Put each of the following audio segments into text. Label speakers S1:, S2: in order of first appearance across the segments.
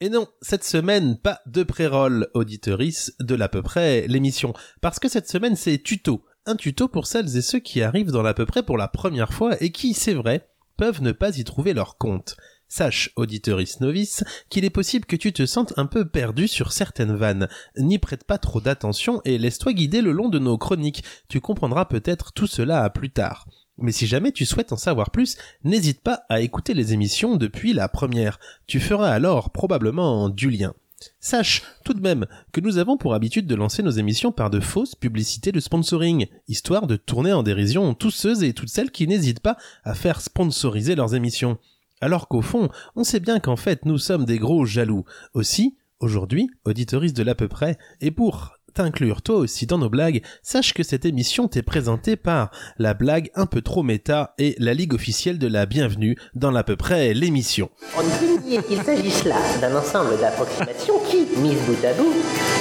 S1: Et non, cette semaine, pas de pré-roll auditoris de l'à peu près l'émission. Parce que cette semaine, c'est tuto. Un tuto pour celles et ceux qui arrivent dans l'à peu près pour la première fois et qui, c'est vrai, peuvent ne pas y trouver leur compte. Sache, auditoris novice, qu'il est possible que tu te sentes un peu perdu sur certaines vannes. N'y prête pas trop d'attention et laisse-toi guider le long de nos chroniques. Tu comprendras peut-être tout cela à plus tard. Mais si jamais tu souhaites en savoir plus, n'hésite pas à écouter les émissions depuis la première. Tu feras alors probablement du lien. Sache tout de même que nous avons pour habitude de lancer nos émissions par de fausses publicités de sponsoring, histoire de tourner en dérision tous ceux et toutes celles qui n'hésitent pas à faire sponsoriser leurs émissions. Alors qu'au fond, on sait bien qu'en fait nous sommes des gros jaloux. Aussi, aujourd'hui, auditoriste de l'à peu près, et pour t'inclure toi aussi dans nos blagues, sache que cette émission t'est présentée par la blague un peu trop méta et la ligue officielle de la bienvenue dans l'à peu près l'émission.
S2: On ne peut nier qu'il s'agisse là d'un ensemble d'approximations qui, mises bout à bout,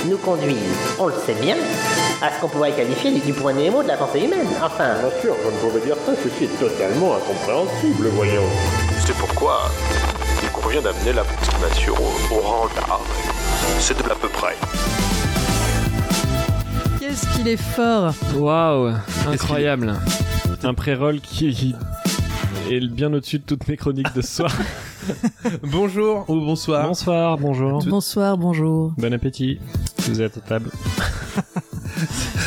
S2: nous conduisent, on le sait bien, à ce qu'on pourrait qualifier du point némo de la pensée humaine. Enfin,
S3: Bien sûr, je ne pouvais dire ça, ceci est totalement incompréhensible, voyons.
S4: C'est pourquoi il convient d'amener l'approximation au, au rang d'art. C'est de l'à peu près.
S5: Qu'est-ce qu'il est fort
S6: Waouh, incroyable. Un pré-roll qui est bien au-dessus de toutes mes chroniques de ce soir.
S1: Bonjour ou bonsoir.
S6: Bonsoir, bonjour.
S5: Bonsoir, bonjour.
S6: Bon appétit. Vous êtes à table.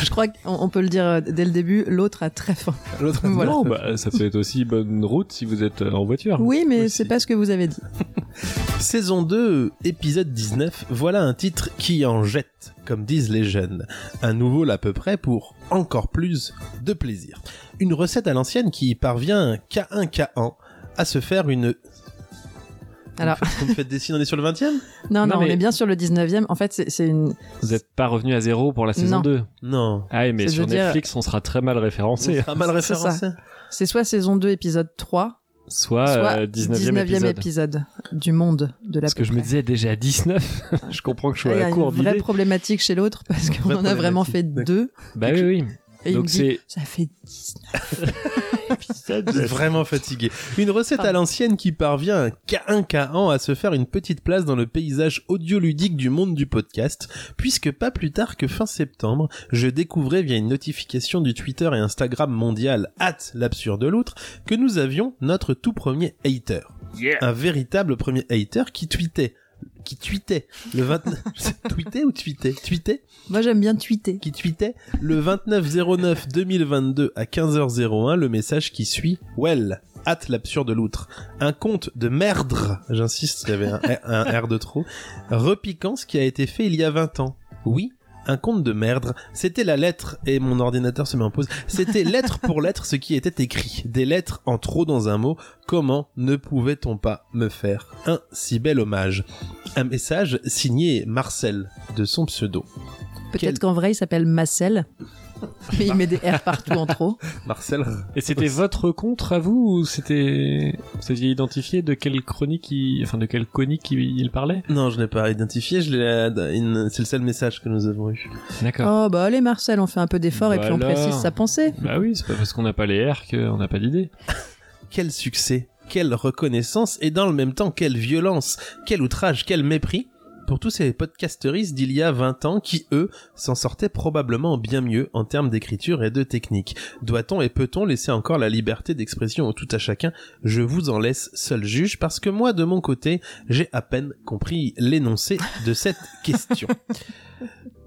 S5: Je crois qu'on on peut le dire euh, dès le début, l'autre a très faim.
S1: L'autre
S5: Voilà.
S6: Non, bah, ça peut être aussi bonne route si vous êtes euh, en voiture.
S5: Oui, mais
S1: Aussi.
S5: c'est pas ce que vous avez dit.
S1: Saison 2, épisode 19, voilà un titre qui en jette, comme disent les jeunes. Un nouveau là à peu près pour encore plus de plaisir. Une recette à l'ancienne qui parvient qu'à un qu'à un à se faire une...
S5: Alors-
S1: Vous me faites des signes, on est sur le 20 e
S5: Non,
S6: Non,
S5: non,
S6: mais-
S5: on est bien sur le 19e. En fait, c'est c'est une.
S6: Vous n'êtes pas revenu à zéro pour la saison
S5: Non.
S6: 2.
S1: Non.
S6: Ah, oui, mais
S5: Ça
S6: sur
S5: veut dire-
S6: Netflix, on sera très mal référencé.
S1: On sera mal
S5: c'est ça.
S1: référencé.
S5: C'est soit saison 2, épisode 3,
S6: Soit,
S5: soit
S6: euh, 19e,
S5: 19e
S6: épisode.
S5: épisode du monde de la
S6: Parce que je me disais déjà 19. je comprends que je
S5: Il y
S6: suis
S5: a
S6: à court
S5: une vraie
S6: d'idées.
S5: problématique chez l'autre parce qu'on
S1: Vraie
S5: en a vraiment fait
S1: problématique.
S5: deux.
S6: Bah oui, oui.
S5: Et
S6: Donc
S5: il me dit,
S6: c'est.
S5: ça fait 19.
S1: Vous êtes vraiment fatigué. Une recette à l'ancienne qui parvient qu'à un qu'à un à se faire une petite place dans le paysage audioludique du monde du podcast, puisque pas plus tard que fin septembre, je découvrais via une notification du Twitter et Instagram mondial hâte l'absurde loutre que nous avions notre tout premier hater. Un véritable premier hater qui tweetait qui tweetait le 29 tweetait ou tweetait tweetait
S5: Moi, j'aime bien tweeter.
S1: qui tweetait le 29 09 2022 à 15h01 le message qui suit Well, hâte l'absurde loutre. Un compte de merdre, j'insiste, il y avait un, un R de trop, repiquant ce qui a été fait il y a 20 ans. Oui, un compte de merdre, c'était la lettre, et mon ordinateur se met en pause, c'était lettre pour lettre ce qui était écrit. Des lettres en trop dans un mot, comment ne pouvait-on pas me faire un si bel hommage Un message signé Marcel, de son pseudo.
S5: Peut-être
S1: Quel-
S5: qu'en vrai, il s'appelle Marcel. Mais il met des R partout en trop.
S1: Marcel
S6: Et c'était votre contre à vous ou c'était. Vous aviez identifié de quelle chronique il. Enfin, de quelle conique il, il parlait
S1: Non, je n'ai pas identifié, je l'ai, euh, une- c'est le seul message que nous avons eu.
S6: D'accord.
S5: Oh, bah allez, Marcel, on fait un peu d'effort et puis on
S6: Ah. Voilà.
S5: précise sa pensée.
S6: Bah oui, c'est pas parce qu'on n'a pas les R qu'on n'a pas d'idée.
S1: Quel succès, quelle reconnaissance et dans le même temps quelle violence, quel outrage, quel mépris pour tous ces podcasteristes d'il y a 20 ans qui, eux, s'en sortaient probablement bien mieux en termes d'écriture et de technique. Doit-on et peut-on laisser encore la liberté d'expression au tout à chacun Je vous en laisse seul juge parce que moi, de mon côté, j'ai à peine compris l'énoncé de cette question.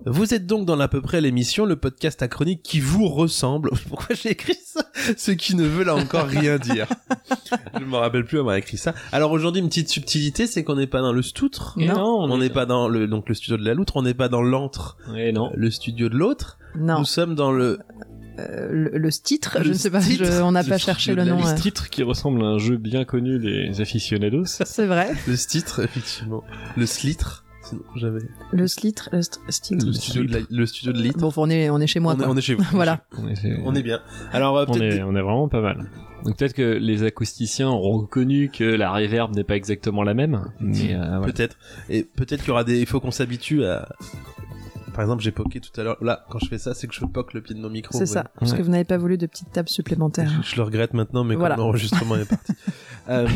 S1: Vous êtes donc dans à peu près l'émission, le podcast à chronique qui vous ressemble. Pourquoi j'ai écrit ça Ce qui ne veut là encore rien dire. Je ne me rappelle plus avoir écrit ça. Alors aujourd'hui, une petite subtilité, c'est qu'on n'est pas dans le stoutre.
S6: Et
S5: Non.
S1: On n'est pas dans le, donc le studio de la loutre, on n'est pas dans l'antre,
S6: Et non.
S1: le studio de l'autre.
S5: Non,
S1: Nous sommes dans le,
S5: euh, le, le titre,
S1: Le
S5: je ne sais pas, je-
S1: titre
S5: on n'a
S1: du
S5: pas
S1: titre
S5: cherché
S1: de
S5: le
S1: la
S5: nom.
S1: liste.
S5: euh.
S6: Ce titre qui ressemble à un jeu bien connu des aficionados.
S5: euh. C'est vrai.
S1: le titre, effectivement. Le slitre. Sinon, j'avais.
S5: Le slitre, le st- stitre.
S1: Le studio de la- le studio de litre.
S5: Bon, on est, on est chez moi.
S1: On est,
S5: quoi.
S1: on est chez vous.
S5: Voilà.
S6: On est,
S1: On est bien. Alors, euh,
S6: on
S1: peut-être.
S6: est- on est vraiment pas mal. Donc peut-être que les acousticiens auront reconnu que la réverb n'est pas exactement la même. Mais euh, voilà.
S1: Peut-être. Et peut-être qu'il y aura des. Il faut qu'on s'habitue à. Par exemple, j'ai poqué tout à l'heure. Là, quand je fais ça, c'est que je poque le pied de mon micro.
S5: C'est
S1: ouais.
S5: ça, parce
S6: Ouais.
S5: que vous n'avez pas voulu de petites tables supplémentaires.
S1: Je, je le regrette maintenant, mais
S5: Voilà.
S1: comme l'enregistrement est parti. Euh,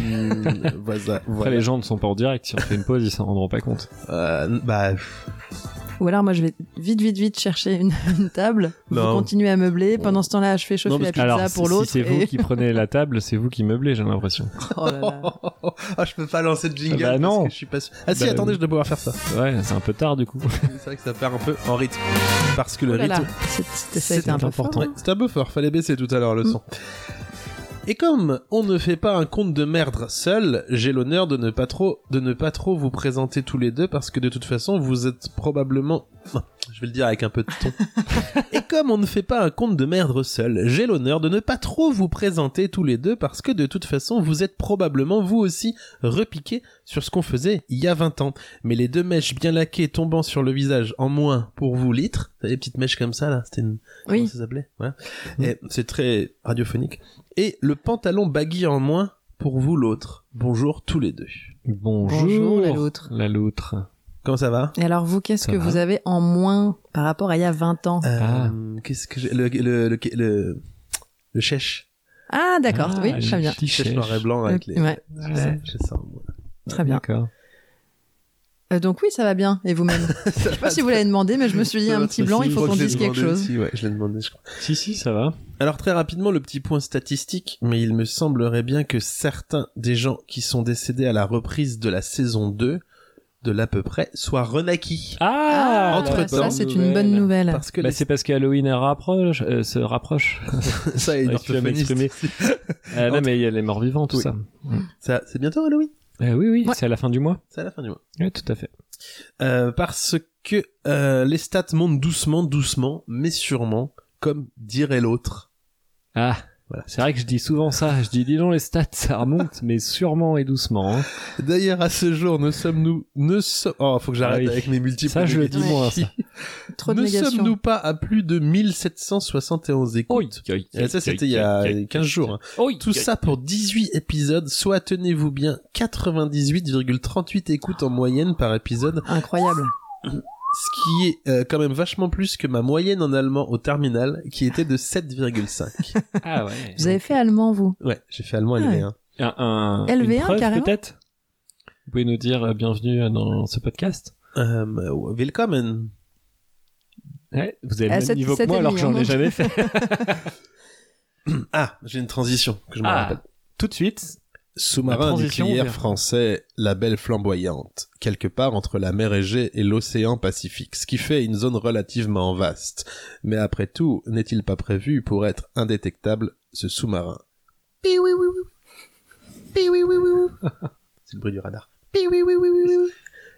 S1: voilà.
S6: Après,
S1: voilà.
S6: les gens ne sont pas en direct. Si on fait une pause, ils s'en rendront pas compte.
S1: Euh, bah, pff,
S5: Ou alors moi je vais vite vite vite chercher une, une table,
S1: Non.
S5: vous continuez à meubler, pendant ce temps-là je fais chauffer
S1: Non,
S5: la
S1: parce
S5: pizza pour
S6: si
S5: l'autre.
S6: c'est vous
S5: et-
S6: qui prenez la table, c'est vous qui meublez, j'ai l'impression.
S5: Oh là là.
S1: Ah, je peux pas lancer de jingle
S6: Bah
S1: parce
S6: non.
S1: que je suis pas sûr. Ah si,
S6: Bah,
S1: attendez, je dois pouvoir faire ça.
S6: Ouais, c'est un peu tard du coup.
S1: C'est vrai que ça perd un peu en rythme. Parce que le
S5: Oh là là.
S1: rythme,
S5: C'est- c'était- ça a été un peu fort. hein. Mm.
S6: important.
S1: Ouais, C'était un peu fort, fallait baisser tout à l'heure le son. Et comme on ne fait pas un conte de merde seul, j'ai l'honneur de ne pas trop de ne pas trop vous présenter tous les deux parce que de toute façon vous êtes probablement Non, je vais le dire avec un peu de ton. Et comme on ne fait pas un conte de merde seul, j'ai l'honneur de ne pas trop vous présenter tous les deux parce que de toute façon vous êtes probablement vous aussi repiqués sur ce qu'on faisait il y a 20 ans. Mais les deux mèches bien laquées tombant sur le visage en moins pour vous litres, les petites mèches comme ça là, c'était une Comment
S5: Oui, Mhm.
S1: ça s'appelait Ouais. Et c'est très radiophonique. Et le pantalon baggy en moins pour vous l'autre. Bonjour tous les deux.
S6: Bonjour.
S5: bonjour la l'autre.
S6: La l'autre.
S1: Comment ça va
S5: Et alors vous, qu'est-ce
S6: Ça
S5: que
S6: va.
S5: vous avez en moins par rapport à il y a 20 ans
S1: Euh,
S6: Ah.
S1: Qu'est-ce que j'ai- le le le le, le chèche.
S5: Ah d'accord,
S6: Ah,
S5: oui, très bien.
S6: petit
S1: Chèche
S6: chef.
S1: noir et blanc avec les.
S5: Ouais,
S1: Je sais, je sais, moi.
S5: très bien.
S6: D'accord.
S5: Euh, donc oui, ça va bien, et vous-même Je sais pas si vous l'avez demandé, mais je me suis dit un petit blanc, il faut qu'on dise quelque chose.
S1: ouais, je l'ai demandé, je crois.
S6: Si, si, ça va.
S1: Alors très rapidement, le petit point statistique, mais il me semblerait bien que certains des gens qui sont décédés à la reprise de la saison 2 de l'à peu près soient renaquis.
S5: Ah,
S1: entre
S5: bah, ça
S1: temps,
S5: c'est une bonne nouvelle.
S1: Parce que
S6: Bah,
S1: les-
S6: c'est parce qu'Halloween elle rapproche, euh, se rapproche.
S1: ça est une
S6: J'arrive plus à
S1: orthophoniste.
S6: m'exprimer. Euh, non,
S1: Entre-
S6: mais il y a les morts vivants, tout
S1: Oui.
S6: ça.
S1: Ça, c'est bientôt Halloween
S6: Euh, oui, oui,
S5: Ouais.
S6: c'est à la fin du mois.
S1: C'est à la fin du mois.
S6: Oui, tout à fait.
S1: Euh, parce que euh, les stats montent doucement, doucement, mais sûrement, comme dirait l'autre.
S6: Ah,
S1: Voilà.
S6: c'est vrai que je dis souvent ça. Je dis, dis donc, les stats, ça remonte, mais sûrement et doucement. hein.
S1: D'ailleurs, à ce jour, ne sommes-nous... Ne so- Oh, faut que j'arrête
S6: Ah oui.
S1: avec mes multiples
S6: Ça, je le dis
S1: négatifs.
S6: moins, ça.
S5: Trop de
S1: ne
S5: négation.
S1: sommes-nous pas à plus de 1771 écoutes Et ça, c'était il y a 15 jours. hein. Tout ça pour 18 épisodes, soit, tenez-vous bien, 98,38 écoutes en moyenne par épisode,
S5: Incroyable.
S1: ce qui est euh, quand même vachement plus que ma moyenne en allemand au terminal, qui était de 7,5.
S6: Ah ouais.
S5: Vous avez fait allemand, vous
S1: Ouais, j'ai fait allemand
S5: Ah ouais.
S1: LV1.
S6: un, un-
S5: LV1,
S6: une preuve,
S5: carrément
S6: peut-être Vous pouvez nous dire euh, bienvenue euh, dans ce podcast
S1: Euh, willkommen.
S6: Ouais, vous avez
S5: À
S6: le même
S5: sept-
S6: niveau que
S5: sept
S6: moi
S5: et
S6: alors
S5: demi,
S6: que j'en
S5: hein,
S6: ai jamais fait.
S1: Ah, j'ai une transition que je me rappelle.
S6: tout de suite. Ah, La
S1: Sous-marin
S6: transition
S1: nucléaire
S6: vers-
S1: français, la belle flamboyante, quelque part entre la mer Égée et l'océan Pacifique, ce qui fait une zone relativement vaste. Mais après tout, n'est-il pas prévu pour être indétectable ce sous-marin Pi oui oui oui. Pi oui oui oui oui. C'est le bruit du radar. Pi oui oui oui oui oui.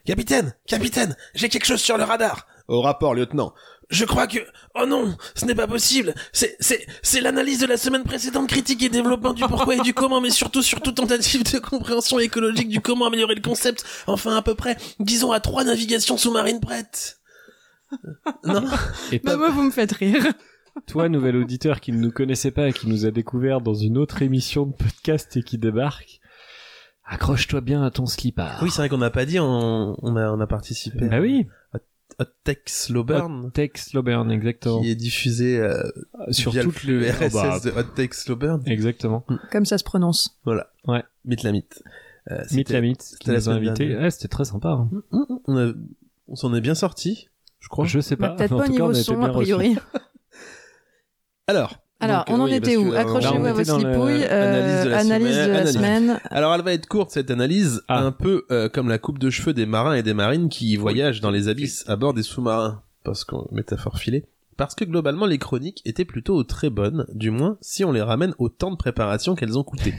S1: Capitaine, capitaine, j'ai quelque chose sur le radar. Au rapport, lieutenant. Je crois que... Oh non, ce n'est pas possible. C'est, c'est, c'est l'analyse de la semaine précédente, critique et développement du pourquoi et du comment, mais surtout, surtout tentative de compréhension écologique du comment améliorer le concept. Enfin, à peu près, disons à trois navigations sous-marines prêtes. Euh, Non
S6: Et
S5: Bah,
S6: toi-
S5: moi, vous me faites rire.
S6: toi, nouvel auditeur qui ne nous connaissait pas et qui nous a découvert dans une autre émission de podcast et qui débarque, accroche-toi bien à ton slipard.
S1: Ah c'est vrai qu'on n'a pas dit, on, on, a, on a participé
S6: Bah oui,
S1: à Tex Loburn,
S6: Tex Lobern, exactement. Euh,
S1: est diffusé euh,
S6: Sur toutes les
S1: le
S6: Ah, bah,
S1: de Hot Tex Loburn.
S6: Exactement.
S5: Comme ça se prononce.
S1: Voilà.
S6: Ouais.
S1: Mythe la mythe. Euh,
S6: Meet
S1: c'était-
S6: la Meet, qui
S1: c'était la
S6: nous a
S1: semaine
S6: invités.
S1: dernière.
S6: Ouais, c'était très sympa. hein.
S1: On, a- on s'en est bien sorti, je crois.
S6: Je sais
S5: Mais
S6: pas.
S5: Bah, Peut-être
S6: mais en
S5: pas au
S6: tout cas,
S5: niveau
S6: on a été
S5: son,
S6: bien
S5: a priori.
S1: Alors.
S5: Alors,
S1: donc,
S5: on
S1: euh,
S5: en
S1: oui,
S5: était
S1: parce
S5: où
S1: que là, on-
S5: Accrochez-vous
S1: là,
S5: à
S1: on
S5: vos
S1: était dans le- euh,
S5: slipouilles. euh,
S1: analyse de la
S5: analyse
S1: semaine,
S5: de la
S1: analyse.
S5: semaine.
S1: Alors, elle va être courte cette analyse,
S6: Ah.
S1: un peu euh, comme la coupe de cheveux des marins et des marines qui voyagent dans les abysses à bord des sous-marins, parce qu'on métaphore filée. Parce que globalement, les chroniques étaient plutôt très bonnes, du moins si on les ramène au temps de préparation qu'elles ont coûté.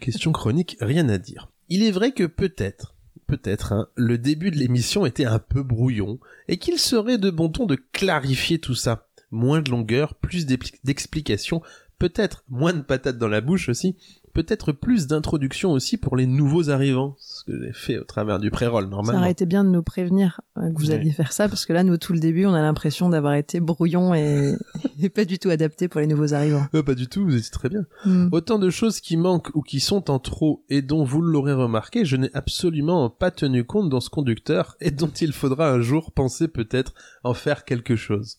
S1: Question chronique, rien à dire. Il est vrai que peut-être, peut-être, hein, le début de l'émission était un peu brouillon, et qu'il serait de bon ton de clarifier tout ça. Moins de longueur, plus d'épli- d'explications, peut-être moins de patates dans la bouche aussi, peut-être plus d'introduction aussi pour les nouveaux arrivants, ce que j'ai fait au travers du pré-roll
S5: Ça
S1: normalement.
S5: aurait été bien de nous prévenir euh, que vous
S1: Ouais.
S5: alliez faire ça, parce que là, nous, tout le début, on a l'impression d'avoir été brouillon et... et pas du tout adapté pour les nouveaux arrivants.
S1: Euh, pas du tout, vous étiez très bien.
S5: Hmm.
S1: Autant de choses qui manquent ou qui sont en trop et dont vous l'aurez remarqué, je n'ai absolument pas tenu compte dans ce conducteur et dont il faudra un jour penser peut-être en faire quelque chose.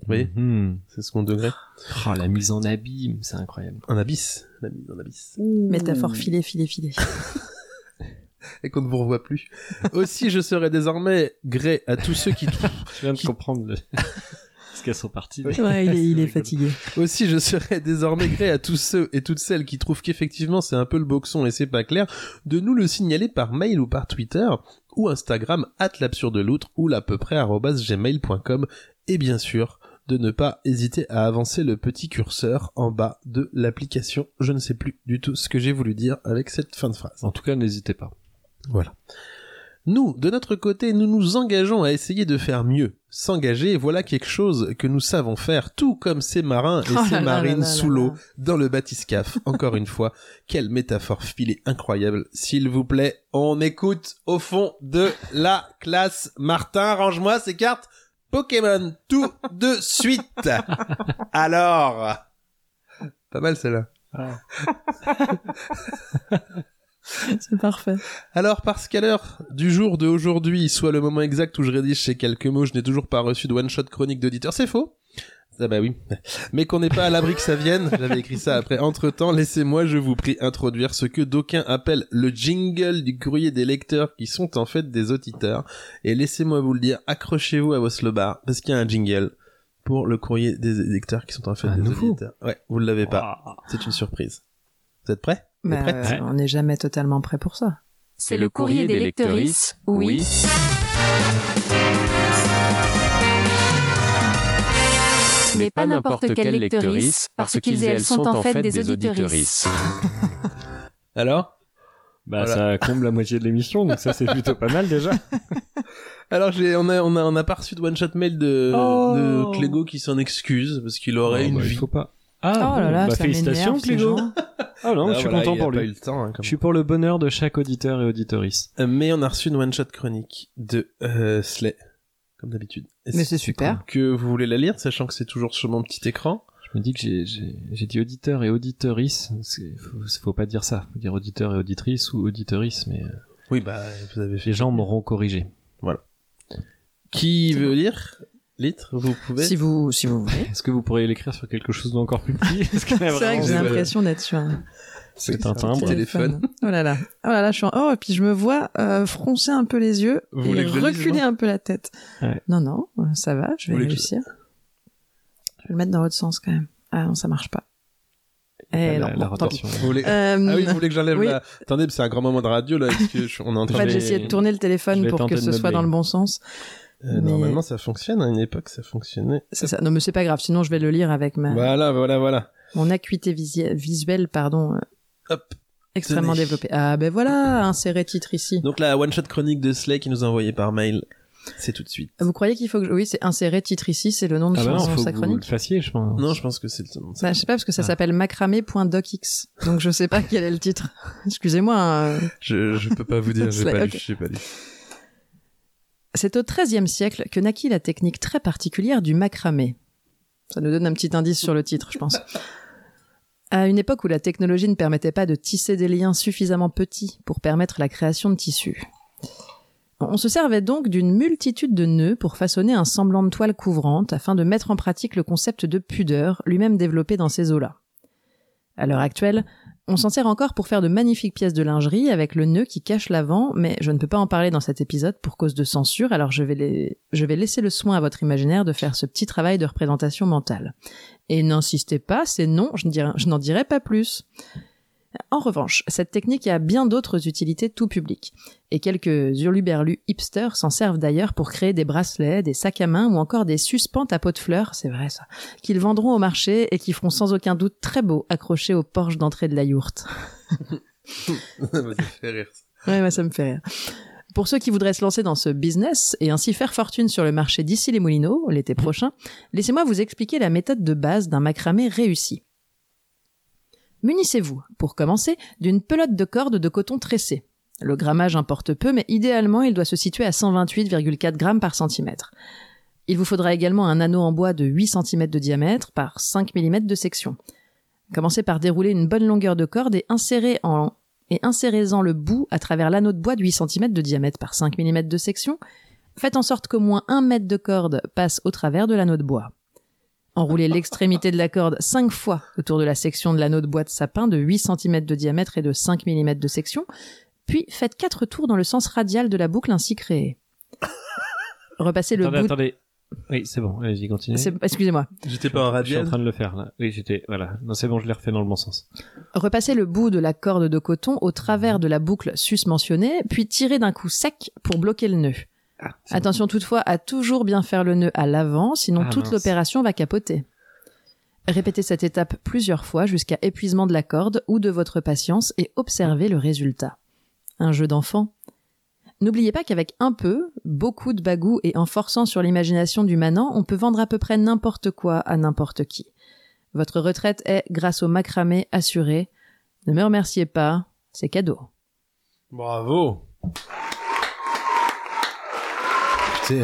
S1: Vous voyez,
S6: Mhm.
S1: c'est ce qu'on devrait.
S6: Oh, la mise en abîme, c'est incroyable.
S1: Un abysse, la mise en abysse.
S5: Métaphore filet, filet, filet.
S1: Et qu'on ne vous revoit plus. Aussi, je serai désormais gré à tous ceux qui
S6: Je viens de comprendre le... ce qu'elles sont parties.
S5: Ouais, il est, il est
S6: rigolo.
S5: fatigué.
S1: Aussi, je serais désormais gré à tous ceux et toutes celles qui trouvent qu'effectivement c'est un peu le boxon et c'est pas clair, de nous le signaler par mail ou par Twitter, ou Instagram, at l'absurdeloutre, ou l'à peu près arobase gmail.com, et bien sûr, de ne pas hésiter à avancer le petit curseur en bas de l'application. Je ne sais plus du tout ce que j'ai voulu dire avec cette fin de phrase.
S6: En tout cas, n'hésitez pas.
S1: Voilà. Nous, de notre côté, nous nous engageons à essayer de faire mieux. S'engager, voilà quelque chose que nous savons faire, tout comme ces marins et
S5: Oh là
S1: ces
S5: là là
S1: marines
S5: là
S1: sous
S5: là
S1: l'eau,
S5: là.
S1: dans le bathyscaphe. Encore une fois, quelle métaphore filée incroyable. S'il vous plaît, on écoute au fond de la classe. Martin, range-moi ces cartes Pokémon tout de suite. Alors, pas mal celle-là.
S5: C'est parfait.
S1: Alors, parce qu'à l'heure du jour de aujourd'hui, soit le moment exact où je rédige ces quelques mots, je n'ai toujours pas reçu de one-shot chronique d'auditeur. C'est faux Ah bah oui. Mais qu'on n'est pas à l'abri que ça vienne, j'avais écrit ça après. Entre-temps, laissez-moi, je vous prie, introduire ce que d'aucuns appellent le jingle du courrier des lecteurs qui sont en fait des auditeurs. Et laissez-moi vous le dire, accrochez-vous à vos slobards, parce qu'il y a un jingle pour le courrier des lecteurs qui sont en fait
S6: Un
S1: des
S6: nouveau
S1: auditeurs. Ouais, vous ne l'avez
S6: Ah,
S1: pas. C'est une surprise. Vous êtes prêts
S5: Bah,
S1: prête
S5: euh, on n'est jamais totalement prêt pour ça.
S7: C'est le courrier des lectrices, oui. Mais pas n'importe quelle lectrice, parce qu'ils et elles sont en fait des auditrices.
S1: Alors
S6: Bah,
S1: Voilà.
S6: ça comble la moitié de l'émission, donc ça, c'est plutôt pas mal déjà.
S1: Alors j'ai on a on a on a pas reçu de one shot mail de,
S6: Oh.
S1: de Clégo qui s'en excuse parce qu'il aurait
S6: Oh,
S1: une
S6: bah,
S1: vie.
S6: Il faut pas. Ah,
S5: oh là
S6: bon,
S5: là,
S6: bah,
S5: ça
S6: félicitations,
S5: m'énerve, ces
S6: Clégo.
S5: gens.
S6: Ah non,
S1: Bah,
S6: je suis
S1: voilà,
S6: content
S1: il a
S6: pour
S1: pas
S6: lui.
S1: eu le temps, hein, quand
S6: Je suis pour le bonheur de chaque auditeur et auditorice.
S1: même. Euh, Mais on a reçu une one shot chronique de euh, Slay comme d'habitude. Et
S5: Mais c'est super.
S1: cool. Que vous voulez la lire sachant que c'est toujours sur mon petit écran.
S6: Je me dis que j'ai- j'ai j'ai dit auditeur et auditorice. c'est- Faut, faut pas dire ça. Faut dire auditeur et auditrice ou auditorice, mais euh,
S1: Oui bah vous avez fait.
S6: les gens m'auront corrigé.
S1: Qui veut lire Litre, vous pouvez.
S5: Si vous, si vous voulez.
S6: Est-ce que vous pourriez l'écrire sur quelque chose d'encore plus petit Parce que
S5: C'est
S6: là,
S5: vrai
S6: vraiment,
S5: que j'ai l'impression d'être sur un
S6: c'est un timbre.
S1: téléphone.
S5: Oh là là. Oh là là, je suis en... Oh, et puis je me vois euh, froncer un peu les yeux
S1: Vous voulez
S5: et
S1: que je le dise,
S5: reculer un peu la tête.
S6: Ouais.
S5: Non, non, euh, ça va, je
S1: Vous voulez
S5: vais
S1: que je-
S5: réussir. Je vais le mettre dans l'autre sens quand même. Ah non, ça marche pas.
S6: la,
S5: Eh non,
S6: la
S5: bon, tant pis.
S6: rotation.
S1: Vous voulez.
S5: Euh,
S1: Ah oui, vous voulez que j'enlève
S5: oui.
S1: la. Attendez, c'est un grand moment de radio là, parce que je- on est en
S5: En
S1: train
S5: fait,
S1: de.
S5: j'ai essayé de tourner le
S6: je
S5: téléphone
S6: vais
S5: pour
S6: tenter
S5: que
S6: de
S5: ce soit
S6: meubler.
S5: dans le bon sens.
S1: Euh,
S5: mais-
S1: Normalement, ça fonctionne. À une époque, ça fonctionnait.
S5: C'est ça. Non, mais c'est pas grave, sinon je vais le lire avec
S6: Ah.
S5: ma...
S1: Voilà, voilà, voilà.
S5: mon acuité visi- visuelle, pardon, euh,
S1: Hop.
S5: extrêmement
S1: Tenez.
S5: développée. Ah ben voilà, insérer titre ici.
S1: Donc la one shot chronique de Slay qui nous a envoyé par mail, c'est tout de suite.
S5: Vous croyez qu'il faut que... je- Oui, c'est insérer titre ici, c'est le nom de
S6: Ah bah non,
S5: chanson
S6: faut
S5: sa
S6: que vous
S5: chronique.
S6: le fassiez, je pense.
S1: Non, je pense que c'est le nom de ça.
S5: Bah, je sais pas parce que ça
S6: Ah.
S5: s'appelle macramé.docx. Donc je sais pas quel est le titre. Excusez-moi. hein.
S1: Je, je peux pas vous dire, j'ai
S5: Slay,
S1: pas,
S5: ok.
S1: lu, j'ai pas lu.
S5: C'est au XIIIe siècle que naquit la technique très particulière du macramé. Ça nous donne un petit indice sur le titre, je pense. À une époque où la technologie ne permettait pas de tisser des liens suffisamment petits pour permettre la création de tissus. On se servait donc d'une multitude de nœuds pour façonner un semblant de toile couvrante afin de mettre en pratique le concept de pudeur, lui-même développé dans ces eaux-là. À l'heure actuelle, on s'en sert encore pour faire de magnifiques pièces de lingerie avec le nœud qui cache l'avant, mais je ne peux pas en parler dans cet épisode pour cause de censure, alors je vais, les- je vais laisser le soin à votre imaginaire de faire ce petit travail de représentation mentale. Et n'insistez pas, c'est non, je, ne dirai- je n'en dirai pas plus. En revanche, cette technique a bien d'autres utilités tout public, et quelques hurluberlus hipsters s'en servent d'ailleurs pour créer des bracelets, des sacs à main ou encore des suspentes à peau de fleurs, c'est vrai ça qu'ils vendront au marché et qui feront sans aucun doute très beau accrochés au porche d'entrée de la yourte.
S1: ça fait rire.
S5: Ouais, moi, ça me fait rire. Pour ceux qui voudraient se lancer dans ce business et ainsi faire fortune sur le marché d'ici les Moulineaux l'été prochain, laissez-moi vous expliquer la méthode de base d'un macramé réussi. Munissez-vous, pour commencer, d'une pelote de corde de coton tressé. Le grammage importe peu, mais idéalement, il doit se situer à 128,4 grammes par centimètre. Il vous faudra également un anneau en bois de 8 cm de diamètre par 5 mm de section. Commencez par dérouler une bonne longueur de corde et insérer en et insérez-en le bout à travers l'anneau de bois de 8 cm de diamètre par 5 mm de section. Faites en sorte qu'au moins 1 mètre de corde passe au travers de l'anneau de bois. Enroulez l'extrémité de la corde 5 fois autour de la section de l'anneau de bois de sapin de 8 cm de diamètre et de 5 mm de section, puis faites 4 tours dans le sens radial de la boucle ainsi créée. Repassez le
S6: attendez,
S5: bout.
S6: attendez. Oui, c'est bon, allez-y, continuez.
S5: C'est- Excusez-moi.
S1: J'étais pas en
S6: Je suis en
S1: radial.
S6: train de le faire, là. Oui, j'étais, voilà. Non, c'est bon, je l'ai refait dans le bon sens.
S5: Repassez le bout de la corde de coton au travers de la boucle susmentionnée, puis tirez d'un coup sec pour bloquer le nœud.
S6: Ah,
S5: Attention toutefois à toujours bien faire le nœud à l'avant, sinon
S6: Ah,
S5: toute
S6: mince.
S5: l'opération va capoter. Répétez cette étape plusieurs fois jusqu'à épuisement de la corde ou de votre patience et observez le résultat. Un jeu d'enfant. N'oubliez pas qu'avec un peu, beaucoup de bagou et en forçant sur l'imagination du manant, on peut vendre à peu près n'importe quoi à n'importe qui. Votre retraite est, grâce au macramé, assurée. Ne me remerciez pas, c'est cadeau.
S1: Bravo. C'est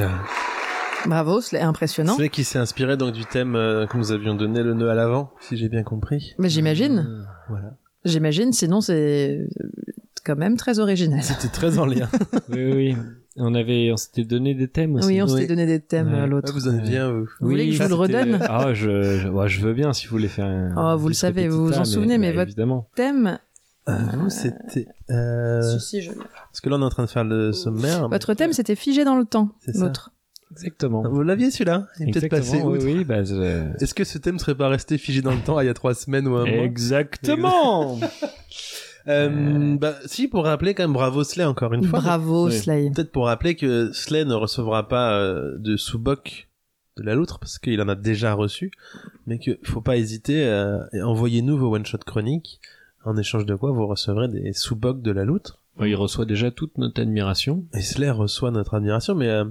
S5: Bravo, c'est impressionnant.
S1: vrai euh, qui s'est inspiré donc du thème euh, que nous avions donné, le nœud à l'avant, si j'ai bien compris.
S5: Mais j'imagine,
S1: Voilà.
S5: j'imagine, sinon c'est euh, quand même très original.
S1: C'était très en lien.
S6: Ah, oui, oui, oui. On avait, on s'était donné des thèmes aussi.
S5: Oui, on s'était donné des thèmes
S6: Ouais.
S5: à
S1: Ah,
S5: l'autre.
S1: vous en avez bien, vous.
S5: Vous voulez que je vous le redonne
S6: Ah, je, je, ouais, je veux bien si vous voulez faire un.
S5: Oh, vous le
S6: petit
S5: savez, vous vous en
S6: répétita,
S5: souvenez, mais votre-
S6: Évidemment.
S5: Thème
S1: Ah, vous, c'était... Euh...
S5: Si, si, je-
S1: Parce que là, on est en train de faire le sommaire.
S5: Votre thème, c'était figé dans le temps.
S1: bah, C'est ça.
S5: L'autre.
S6: Exactement.
S1: Vous l'aviez, celui-là Il est peut-être
S6: Exactement,
S1: passé
S6: oui,
S1: outre.
S6: oui, bah, je-
S1: Est-ce que ce thème serait pas resté figé dans le temps, il y a trois semaines ou un mois
S6: Exactement
S1: Euh, bah, si, pour rappeler quand même, bravo Slay encore une fois.
S5: Bravo,
S6: Oui.
S5: Slay.
S1: Peut-être pour rappeler que Slay ne recevra pas euh, de sous-boc de la loutre parce qu'il en a déjà reçu, mais que faut pas hésiter, euh, et envoyez-nous vos one-shot chroniques, en échange de quoi vous recevrez des sous-bocs de la loutre.
S6: Il reçoit déjà toute notre admiration.
S1: Et Slay reçoit notre admiration, mais euh,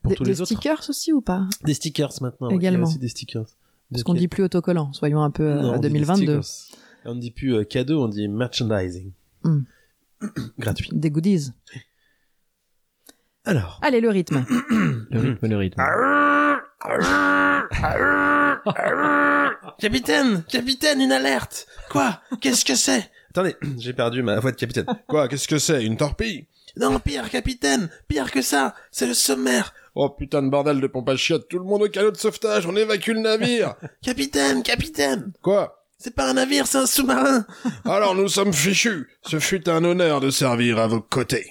S1: pour
S5: Des,
S1: tous
S5: des
S1: les autres.
S5: stickers aussi ou pas
S1: Des stickers maintenant. ouais,
S5: Également.
S1: Il y a aussi des stickers.
S5: Parce
S1: Donc,
S5: qu'on
S1: il y a-
S5: dit plus autocollant, soyons un peu euh,
S1: Non, on dit des
S5: 2022.
S1: stickers. Et On ne dit plus euh, cadeau, on dit merchandising.
S5: Hmm.
S1: Gratuit.
S5: Des goodies.
S1: Alors.
S5: Allez, le rythme.
S6: Le
S1: Hmm.
S6: rythme, le rythme.
S1: Ah. Ah, Capitaine Capitaine, une alerte Quoi Qu'est-ce que c'est Attendez, j'ai perdu ma voix de capitaine.
S8: Quoi, qu'est-ce que c'est Une torpille
S1: Non, pire, capitaine Pire que ça C'est le sommaire
S8: Oh putain de bordel de pompe à chiottes, tout le monde au canot de sauvetage, on évacue le navire
S1: Capitaine Capitaine
S8: Quoi
S1: C'est pas un navire, c'est un sous-marin
S8: Alors nous sommes fichus Ce fut un honneur de servir à vos côtés.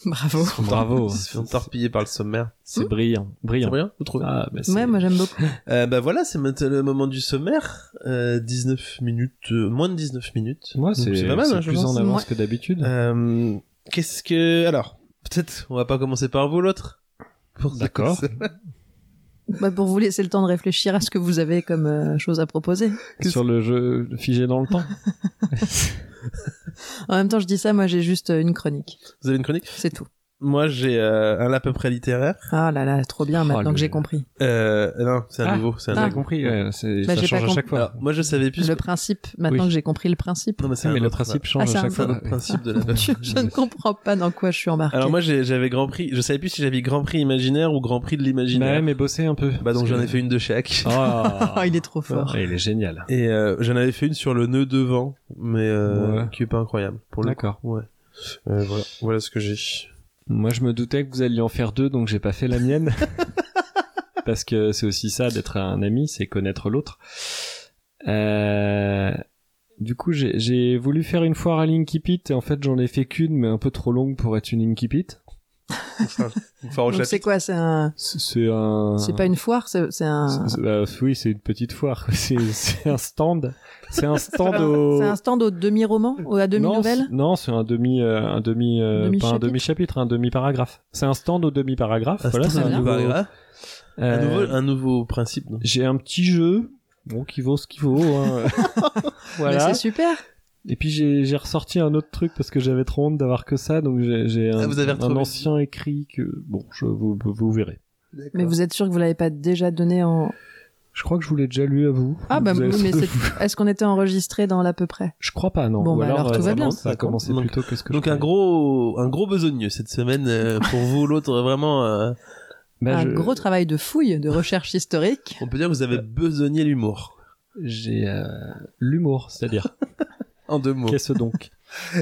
S5: Bravo.
S6: Bravo.
S1: Ils se font torpiller par le sommaire.
S6: C'est brillant. Brillant.
S1: Rien Vous trouvez
S6: Ah, bah, c'est-
S5: Ouais, moi j'aime beaucoup.
S1: euh, Bah voilà, c'est maintenant le moment du sommaire. Euh, 19 minutes... euh, moins de 19 minutes.
S6: Moi,
S1: Donc
S6: c'est
S1: pas mal,
S6: c'est
S1: hein, je
S6: plus
S1: pense.
S6: en
S5: pense.
S6: avance
S5: Ouais.
S6: que d'habitude.
S1: Euh, qu'est-ce que... Alors, peut-être on va pas commencer par vous, l'autre Pour-
S6: D'accord.
S5: Bah, pour vous laisser le temps de réfléchir à ce que vous avez comme euh, chose à proposer.
S6: Sur le jeu figé dans le temps.
S5: En même temps, je dis ça, moi j'ai juste euh, une chronique.
S1: Vous avez une chronique
S5: C'est tout.
S1: Moi, j'ai euh, un à peu près littéraire.
S5: Ah là là, trop bien maintenant
S6: le-
S5: que j'ai compris.
S1: Euh, non, c'est un
S6: Ah.
S1: nouveau. C'est un
S6: J'ai
S1: nouveau.
S6: compris, ouais, c'est-
S5: Bah,
S6: ça
S5: j'ai
S6: change
S5: pas
S6: à
S5: compris.
S6: chaque fois.
S1: Alors, moi, je savais plus.
S5: Le
S1: que-
S5: principe, maintenant
S6: Oui.
S5: que j'ai compris le principe,
S1: Non, mais Ah, c'est
S6: Oui,
S1: un
S6: mais le
S1: autre,
S6: principe
S1: ça.
S5: Ah,
S6: change
S5: c'est
S6: à
S5: un
S6: chaque
S1: C'est un
S6: fois.
S1: autre principe de la.
S5: je, je ne comprends pas dans quoi je suis embarqué.
S1: Alors moi, j'ai- j'avais Grand Prix. Je savais plus si j'avais Grand Prix imaginaire ou Grand Prix de
S6: Bah ouais,
S1: l'imaginaire.
S6: mais bosser un peu.
S1: Bah donc
S6: Parce
S1: j'en
S6: que-
S1: ai fait une de chaque.
S6: Ah.
S5: Ah, il est trop fort.
S6: Ouais, il est génial.
S1: Et euh, j'en avais fait une sur le nœud devant, mais euh,
S6: Ouais.
S1: qui est pas incroyable pour le. coup.
S6: D'accord.
S1: Ouais. Euh, voilà. voilà ce que j'ai.
S6: Moi, je me doutais que vous alliez en faire deux, donc j'ai pas fait la mienne. Parce que c'est aussi ça d'être un ami, c'est connaître l'autre. Euh, Du coup, j'ai- j'ai voulu faire une foire à l'Inkipit, et en fait, j'en ai fait qu'une, mais un peu trop longue pour être une Inkipit.
S1: Une foire au
S5: Donc c'est
S1: chapitre.
S5: quoi C'est un...
S6: C'est c'est un.
S5: C'est pas une foire, c'est c'est un...
S6: C'est- c'est- bah, oui, c'est une petite foire. C'est c'est un stand. C'est un stand au.
S5: C'est un stand au demi-roman, au- à
S6: Non,
S5: demi-nouvelle
S6: c'est- Non, c'est un demi, euh, un demi, euh,
S5: Demi
S6: pas un
S5: chapitre.
S6: demi chapitre, un demi paragraphe. C'est un stand au demi paragraphe.
S1: Ah,
S6: voilà,
S1: c'est
S6: c'est
S5: très
S6: un
S1: un,
S5: bien.
S6: nouveau.
S1: nouveau... un
S6: Euh,
S1: nouveau, un nouveau principe. non
S6: J'ai un petit jeu, bon qui vaut ce qu'il vaut. hein. voilà.
S5: Mais c'est super
S6: Et puis j'ai j'ai ressorti un autre truc parce que j'avais trop honte d'avoir que ça, donc j'ai j'ai un,
S1: Ah, vous avez
S6: un
S1: retrouvé.
S6: ancien écrit que bon, je vous, vous verrez.
S5: Mais vous êtes sûr que vous l'avez pas déjà donné en...
S6: Je crois que je vous l'ai déjà lu à vous.
S5: Ah, bah,
S6: Vous avez-
S5: oui, mais c'est- est-ce qu'on était enregistré dans l'à peu près
S6: Je crois pas, non.
S5: Bon,
S6: Ou
S5: bah, alors, tout
S6: euh,
S5: va
S6: ça
S5: bien.
S6: commence- Ça a commencé
S1: Donc-
S6: plus tôt que ce que
S1: Donc
S6: je
S1: un
S6: croyais.
S1: gros, un gros besogneux cette semaine euh, pour vous, l'autre vraiment. euh,
S6: Bah,
S5: Un
S6: je-
S5: gros travail de fouille, de recherche historique.
S1: on peut dire que vous avez besogné l'humour.
S6: J'ai euh, l'humour, c'est-à-dire.
S1: En deux mots.
S6: Qu'est-ce donc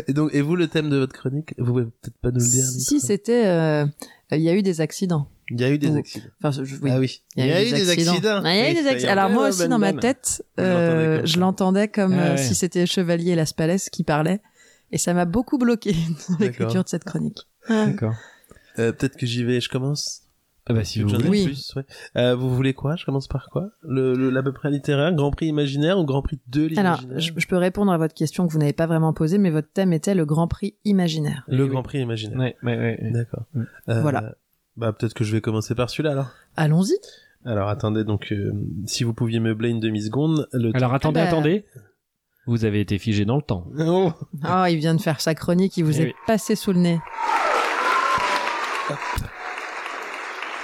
S1: Et donc, et vous, le thème de votre chronique, vous pouvez peut-être pas nous le dire.
S5: si
S1: Nicolas.
S5: c'était, euh, il y a eu des accidents.
S1: Il y a eu des
S5: Ou-
S1: accidents.
S5: Enfin, je- oui.
S1: Ah oui.
S5: Il y a eu des accidents. Alors moi aussi dans ma tête,
S1: Je l'entendais
S5: euh,
S1: comme
S5: je
S1: ça.
S5: l'entendais comme
S6: Ah
S5: euh,
S6: ouais.
S5: si c'était Chevalier Laspalais qui parlait, et ça m'a beaucoup bloqué dans l'écriture
S1: D'accord.
S5: de cette chronique.
S6: D'accord.
S1: Euh, peut-être que j'y vais. Je commence.
S6: Ah bah si vous
S1: J'en ai
S6: voulez.
S5: Oui.
S1: plus, ouais. Euh, vous voulez quoi Je commence par quoi le, le- l'à peu près littéraire, Grand Prix imaginaire ou Grand Prix de
S5: Alors,
S1: l'imaginaire
S5: je, je peux répondre à votre question que vous n'avez pas vraiment posée, mais votre thème était le Grand Prix imaginaire.
S1: Le
S6: Oui,
S1: Grand
S6: oui.
S1: Prix imaginaire.
S6: Ouais, ouais, ouais, ouais.
S1: D'accord.
S6: Mm.
S1: Euh,
S5: Voilà.
S1: Bah peut-être que je vais commencer par celui-là alors.
S5: Allons-y.
S1: Alors attendez donc euh, si vous pouviez meubler une demi seconde le
S6: Alors attendez,
S5: Ah bah-
S6: attendez. Vous avez été figé dans le temps.
S1: Oh
S5: Ah, il vient de faire sa chronique, il vous
S6: Eh
S5: est
S6: oui.
S5: passé sous le nez.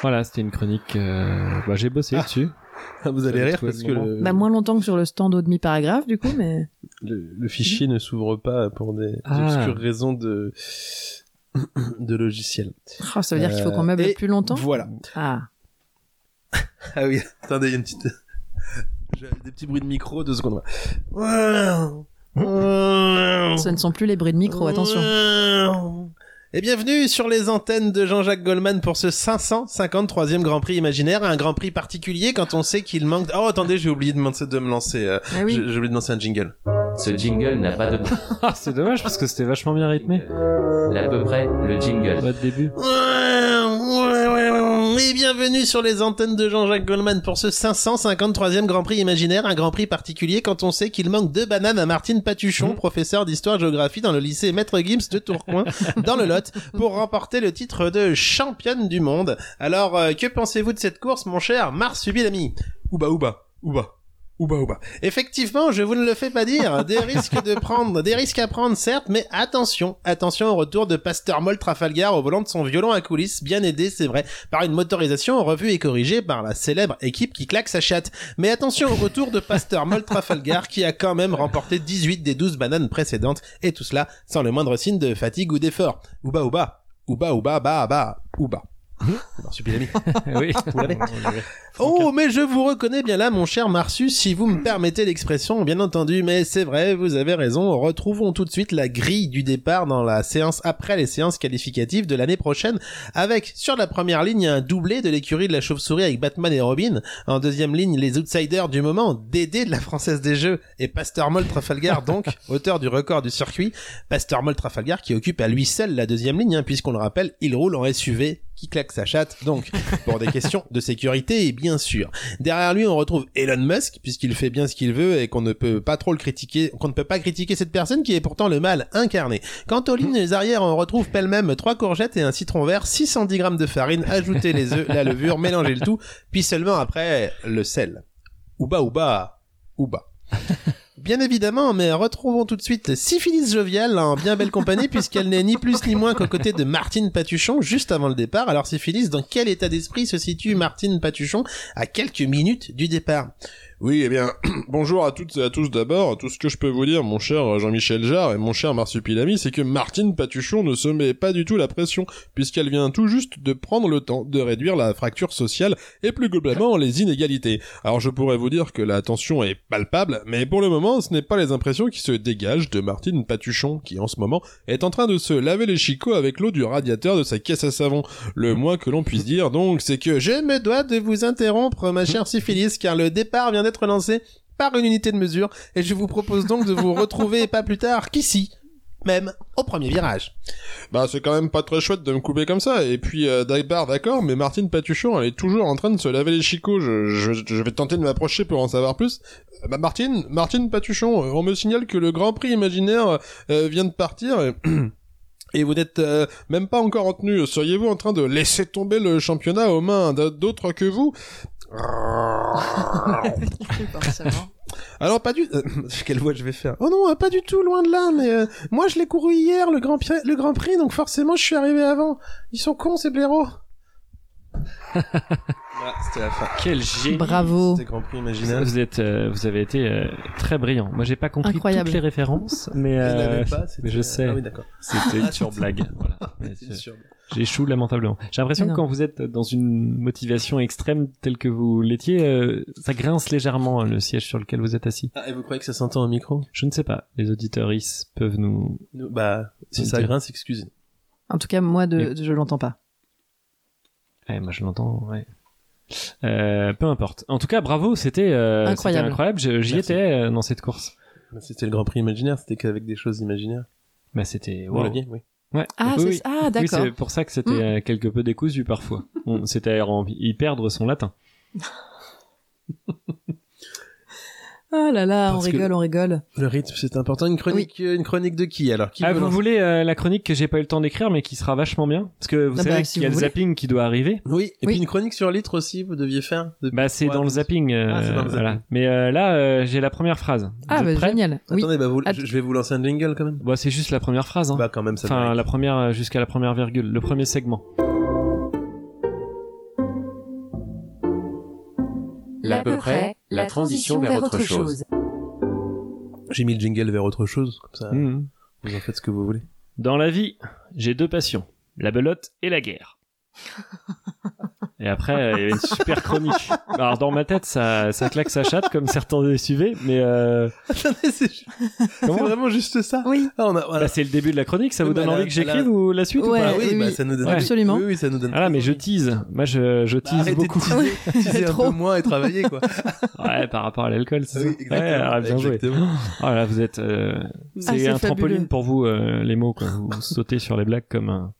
S6: Voilà, c'était une chronique. euh, Bah, j'ai bossé dessus.
S1: Ah, vous allez
S6: J'avais
S1: rire
S6: trouvé
S1: parce
S6: le
S1: que le,
S5: Bah moins longtemps que sur le stand au demi-paragraphe du coup, mais
S1: le- le fichier ne s'ouvre pas pour des
S6: Ah.
S1: obscures raisons de de logiciel.
S5: Oh, ça veut dire qu'il faut qu'on
S1: Euh,
S5: meuble
S1: et
S5: plus longtemps.
S1: Voilà.
S5: Ah,
S1: Ah oui, attendez, il y a une petite j'ai des petits bruits de micro deux secondes. Voilà.
S5: ce ne sont plus les bruits de micro, attention.
S1: Et bienvenue sur les antennes de Jean-Jacques Goldman pour ce 553e Grand Prix imaginaire, un Grand Prix particulier quand on sait qu'il manque... Oh attendez, j'ai oublié de me, de me lancer... euh,
S5: Ah oui.
S1: j'ai- J'ai oublié de lancer un jingle.
S9: Ce jingle n'a pas de
S6: Ah, c'est dommage parce que c'était vachement bien rythmé.
S9: L'à peu près, le jingle.
S6: Votre début.
S1: Et bienvenue sur les antennes de Jean-Jacques Goldman pour ce 553e Grand Prix imaginaire, un Grand Prix particulier quand on sait qu'il manque deux bananes à Martine Patuchon, professeur d'histoire-géographie dans le lycée Maître Gims de Tourcoing, dans le Lot, pour remporter le titre de championne du monde. Alors, euh, que pensez-vous de cette course, mon cher Marsupilami Ouba, ouba, ouba. Ouba, ouba. Effectivement, je vous ne le fais pas dire. Des risques de prendre, des risques à prendre, certes, mais attention, attention au retour de Pasteur Moll Trafalgar au volant de son violon à coulisses, bien aidé, c'est vrai, par une motorisation revue et corrigée par la célèbre équipe qui claque sa chatte. Mais attention au retour de Pasteur Moll Trafalgar qui a quand même remporté 18 des 12 bananes précédentes, et tout cela sans le moindre signe de fatigue ou d'effort. Ouba, ouba. Ouba, ouba, ba, ba, ouba. Marsupilami.
S6: oui.
S1: Oh, mais je vous reconnais bien là, mon cher Marsus, si vous me permettez l'expression, bien entendu, mais c'est vrai, vous avez raison. Retrouvons tout de suite la grille du départ dans la séance après les séances qualificatives de l'année prochaine, avec sur la première ligne un doublé de l'écurie de la chauve-souris avec Batman et Robin, en deuxième ligne les outsiders du moment, Dédé de la Française des Jeux et Pasteur Moll Trafalgar donc, auteur du record du circuit, Pasteur Moll Trafalgar qui occupe à lui seul la deuxième ligne, hein, puisqu'on le rappelle, il roule en SUV qui claque sa chatte, donc pour des questions de sécurité, bien sûr. Derrière lui, on retrouve Elon Musk, puisqu'il fait bien ce qu'il veut et qu'on ne peut pas trop le critiquer, qu'on ne peut pas critiquer cette personne qui est pourtant le mal incarné. Quant aux lignes arrières, on retrouve pêle-même trois courgettes et un citron vert, 610 grammes de farine, ajoutez les œufs, la levure, mélangez le tout, puis seulement après, le sel. Ouba, ouba, ouba. Bien évidemment, mais retrouvons tout de suite Syphilis Jovial en bien belle compagnie puisqu'elle n'est ni plus ni moins qu'aux côtés de Martine Patuchon juste avant le départ. Alors Syphilis, dans quel état d'esprit se situe Martine Patuchon à quelques minutes du départ
S8: Oui, eh bien, bonjour à toutes et à tous d'abord. Tout ce que je peux vous dire, mon cher Jean-Michel Jarre et mon cher Marsupilami, c'est que Martine Patuchon ne se met pas du tout la pression, puisqu'elle vient tout juste de prendre le temps de réduire la fracture sociale et plus globalement les inégalités. Alors je pourrais vous dire que la tension est palpable, mais pour le moment, ce n'est pas les impressions qui se dégagent de Martine Patuchon, qui en ce moment est en train de se laver les chicots avec l'eau du radiateur de sa caisse à savon. Le moins que l'on puisse dire donc, c'est que
S1: Je me dois de vous interrompre, ma chère syphilis, car le départ vient d'être lancé par une unité de mesure, et je vous propose donc de vous retrouver pas plus tard qu'ici, même au premier virage.
S8: Bah c'est quand même pas très chouette de me couper comme ça. Et puis euh, Dagbar, d'accord, mais Martine Patuchon, elle est toujours en train de se laver les chicots. Je, je, je vais tenter de m'approcher pour en savoir plus. Euh, Bah Martine, Martine Patuchon, euh, on me signale que le Grand Prix imaginaire euh, vient de partir. Et... et vous n'êtes euh, même pas encore retenu. Seriez-vous en train de laisser tomber le championnat aux mains d'a- d'autres que vous
S1: Alors pas du... euh, quelle voix je vais faire Oh non, euh, pas du tout, loin de là, mais euh, moi je l'ai couru hier, le grand, Pri- le grand Prix, donc forcément je suis arrivé avant. Ils sont cons, ces blaireaux. Ah, c'était la fin.
S6: Quel génie
S5: Bravo.
S1: C'était Grand Prix Imaginal.
S6: vous, êtes, euh, vous avez été euh, très brillant. Moi, j'ai pas compris
S5: Incroyable.
S6: toutes les références, mais,
S1: Il n'y en
S6: euh,
S1: avait pas, c'était-
S6: mais je sais.
S1: Ah oui, d'accord.
S6: c'était une surblague. Voilà. Mais
S1: C'est
S6: je-
S1: sûr.
S6: J'échoue lamentablement. J'ai l'impression
S5: Mais
S6: que
S5: non.
S6: quand vous êtes dans une motivation extrême telle que vous l'étiez, euh, ça grince légèrement euh, le siège sur lequel vous êtes assis.
S1: Ah, et vous croyez que ça s'entend au micro
S6: Je ne sais pas. Les auditeurs ils peuvent nous.
S1: Nous- Bah, si
S6: Oui,
S1: ça
S6: tiens.
S1: grince, excusez.
S5: En tout cas, moi, de,
S6: Mais-
S5: de- je l'entends pas.
S6: Ouais, eh, moi je l'entends. Ouais. Euh, peu importe. En tout cas, bravo. C'était euh,
S5: Incroyable.
S6: c'était incroyable. Je- J'y
S1: Merci.
S6: étais euh, dans cette course.
S1: C'était le Grand Prix imaginaire, c'était qu'avec des choses imaginaires.
S6: Bah, c'était.
S1: Vous
S6: wow.
S1: l'aviez, oui.
S6: Ouais.
S5: Ah,
S6: Oui,
S5: c'est-
S6: oui.
S5: ah
S6: Oui,
S5: d'accord.
S6: c'est pour ça que c'était
S5: Mm.
S6: euh, quelque peu décousu parfois. On- C'était à en- y perdre son latin.
S5: ah là là, on
S1: Parce que-
S5: rigole, on rigole.
S1: Le rythme, c'est important. Une chronique, euh, une chronique de qui alors qui
S6: Ah,
S1: veut
S6: vous
S1: lancer
S6: voulez euh, la chronique que j'ai pas eu le temps d'écrire mais qui sera vachement bien Parce que vous
S5: Ah
S6: savez
S5: bah,
S6: qu'il
S5: si
S6: y a
S5: vous
S6: le
S5: voulez.
S6: zapping qui doit arriver.
S1: Oui, et
S5: Oui.
S1: puis une chronique sur l'itre aussi, vous deviez faire. de-
S6: Bah c'est
S1: Ouais,
S6: dans le
S1: oui.
S6: zapping. euh,
S1: Ah, c'est dans le zapping.
S6: voilà. Mais euh, là euh, j'ai la première phrase. Vous
S5: Ah,
S6: êtes
S5: bah,
S6: prêts
S5: génial. Oui. Ah,
S1: Attendez, bah, vous-
S5: Att-
S1: je je vais vous lancer un jingle quand même.
S6: Bah, c'est juste la première phrase. hein.
S1: Bah quand même, ça
S6: enfin
S1: mérite.
S6: la première euh, jusqu'à la première virgule, le premier segment.
S7: L'à peu près, la transition vers autre chose.
S1: J'ai mis le jingle vers autre chose, comme ça
S6: Mhm.
S1: vous en faites ce que vous voulez.
S6: Dans la vie, j'ai deux passions, la belote et la guerre. Et après, euh, il y avait une super chronique. Alors dans ma tête, ça, ça claque sa chatte comme certains des SUV, mais euh,
S1: Attendez, c'est ju- c'est
S6: Comment
S1: vraiment juste ça.
S5: Oui.
S1: Ah, on a, on a-
S6: bah, c'est le début de la chronique. Ça
S1: Oui,
S6: vous
S1: mais
S6: donne
S1: elle a-
S6: envie que
S1: Bah, elle a-
S6: j'écrive ou la suite ou
S5: Ouais,
S6: pas
S1: Bah oui,
S5: oui,
S1: bah,
S5: oui.
S1: ça nous donne.
S6: Ouais.
S5: Absolument.
S1: Oui, oui, ça nous donne.
S6: Ah là, mais je tease. Moi, je, je
S1: Bah,
S6: tease
S1: arrêtez de
S6: beaucoup.
S1: teaser, teaser un peu
S5: Trop.
S1: moins et travailler quoi.
S6: Ouais, par rapport à l'alcool, c'est ça.
S1: Oui, exactement.
S6: Ouais, ah, bien joué.
S1: Exactement.
S6: Oh là, vous êtes. euh,
S5: Ah,
S6: c'est
S5: fabuleux.
S6: un trampoline pour vous, euh, les mots. Quoi. Vous sautez sur les blagues comme un.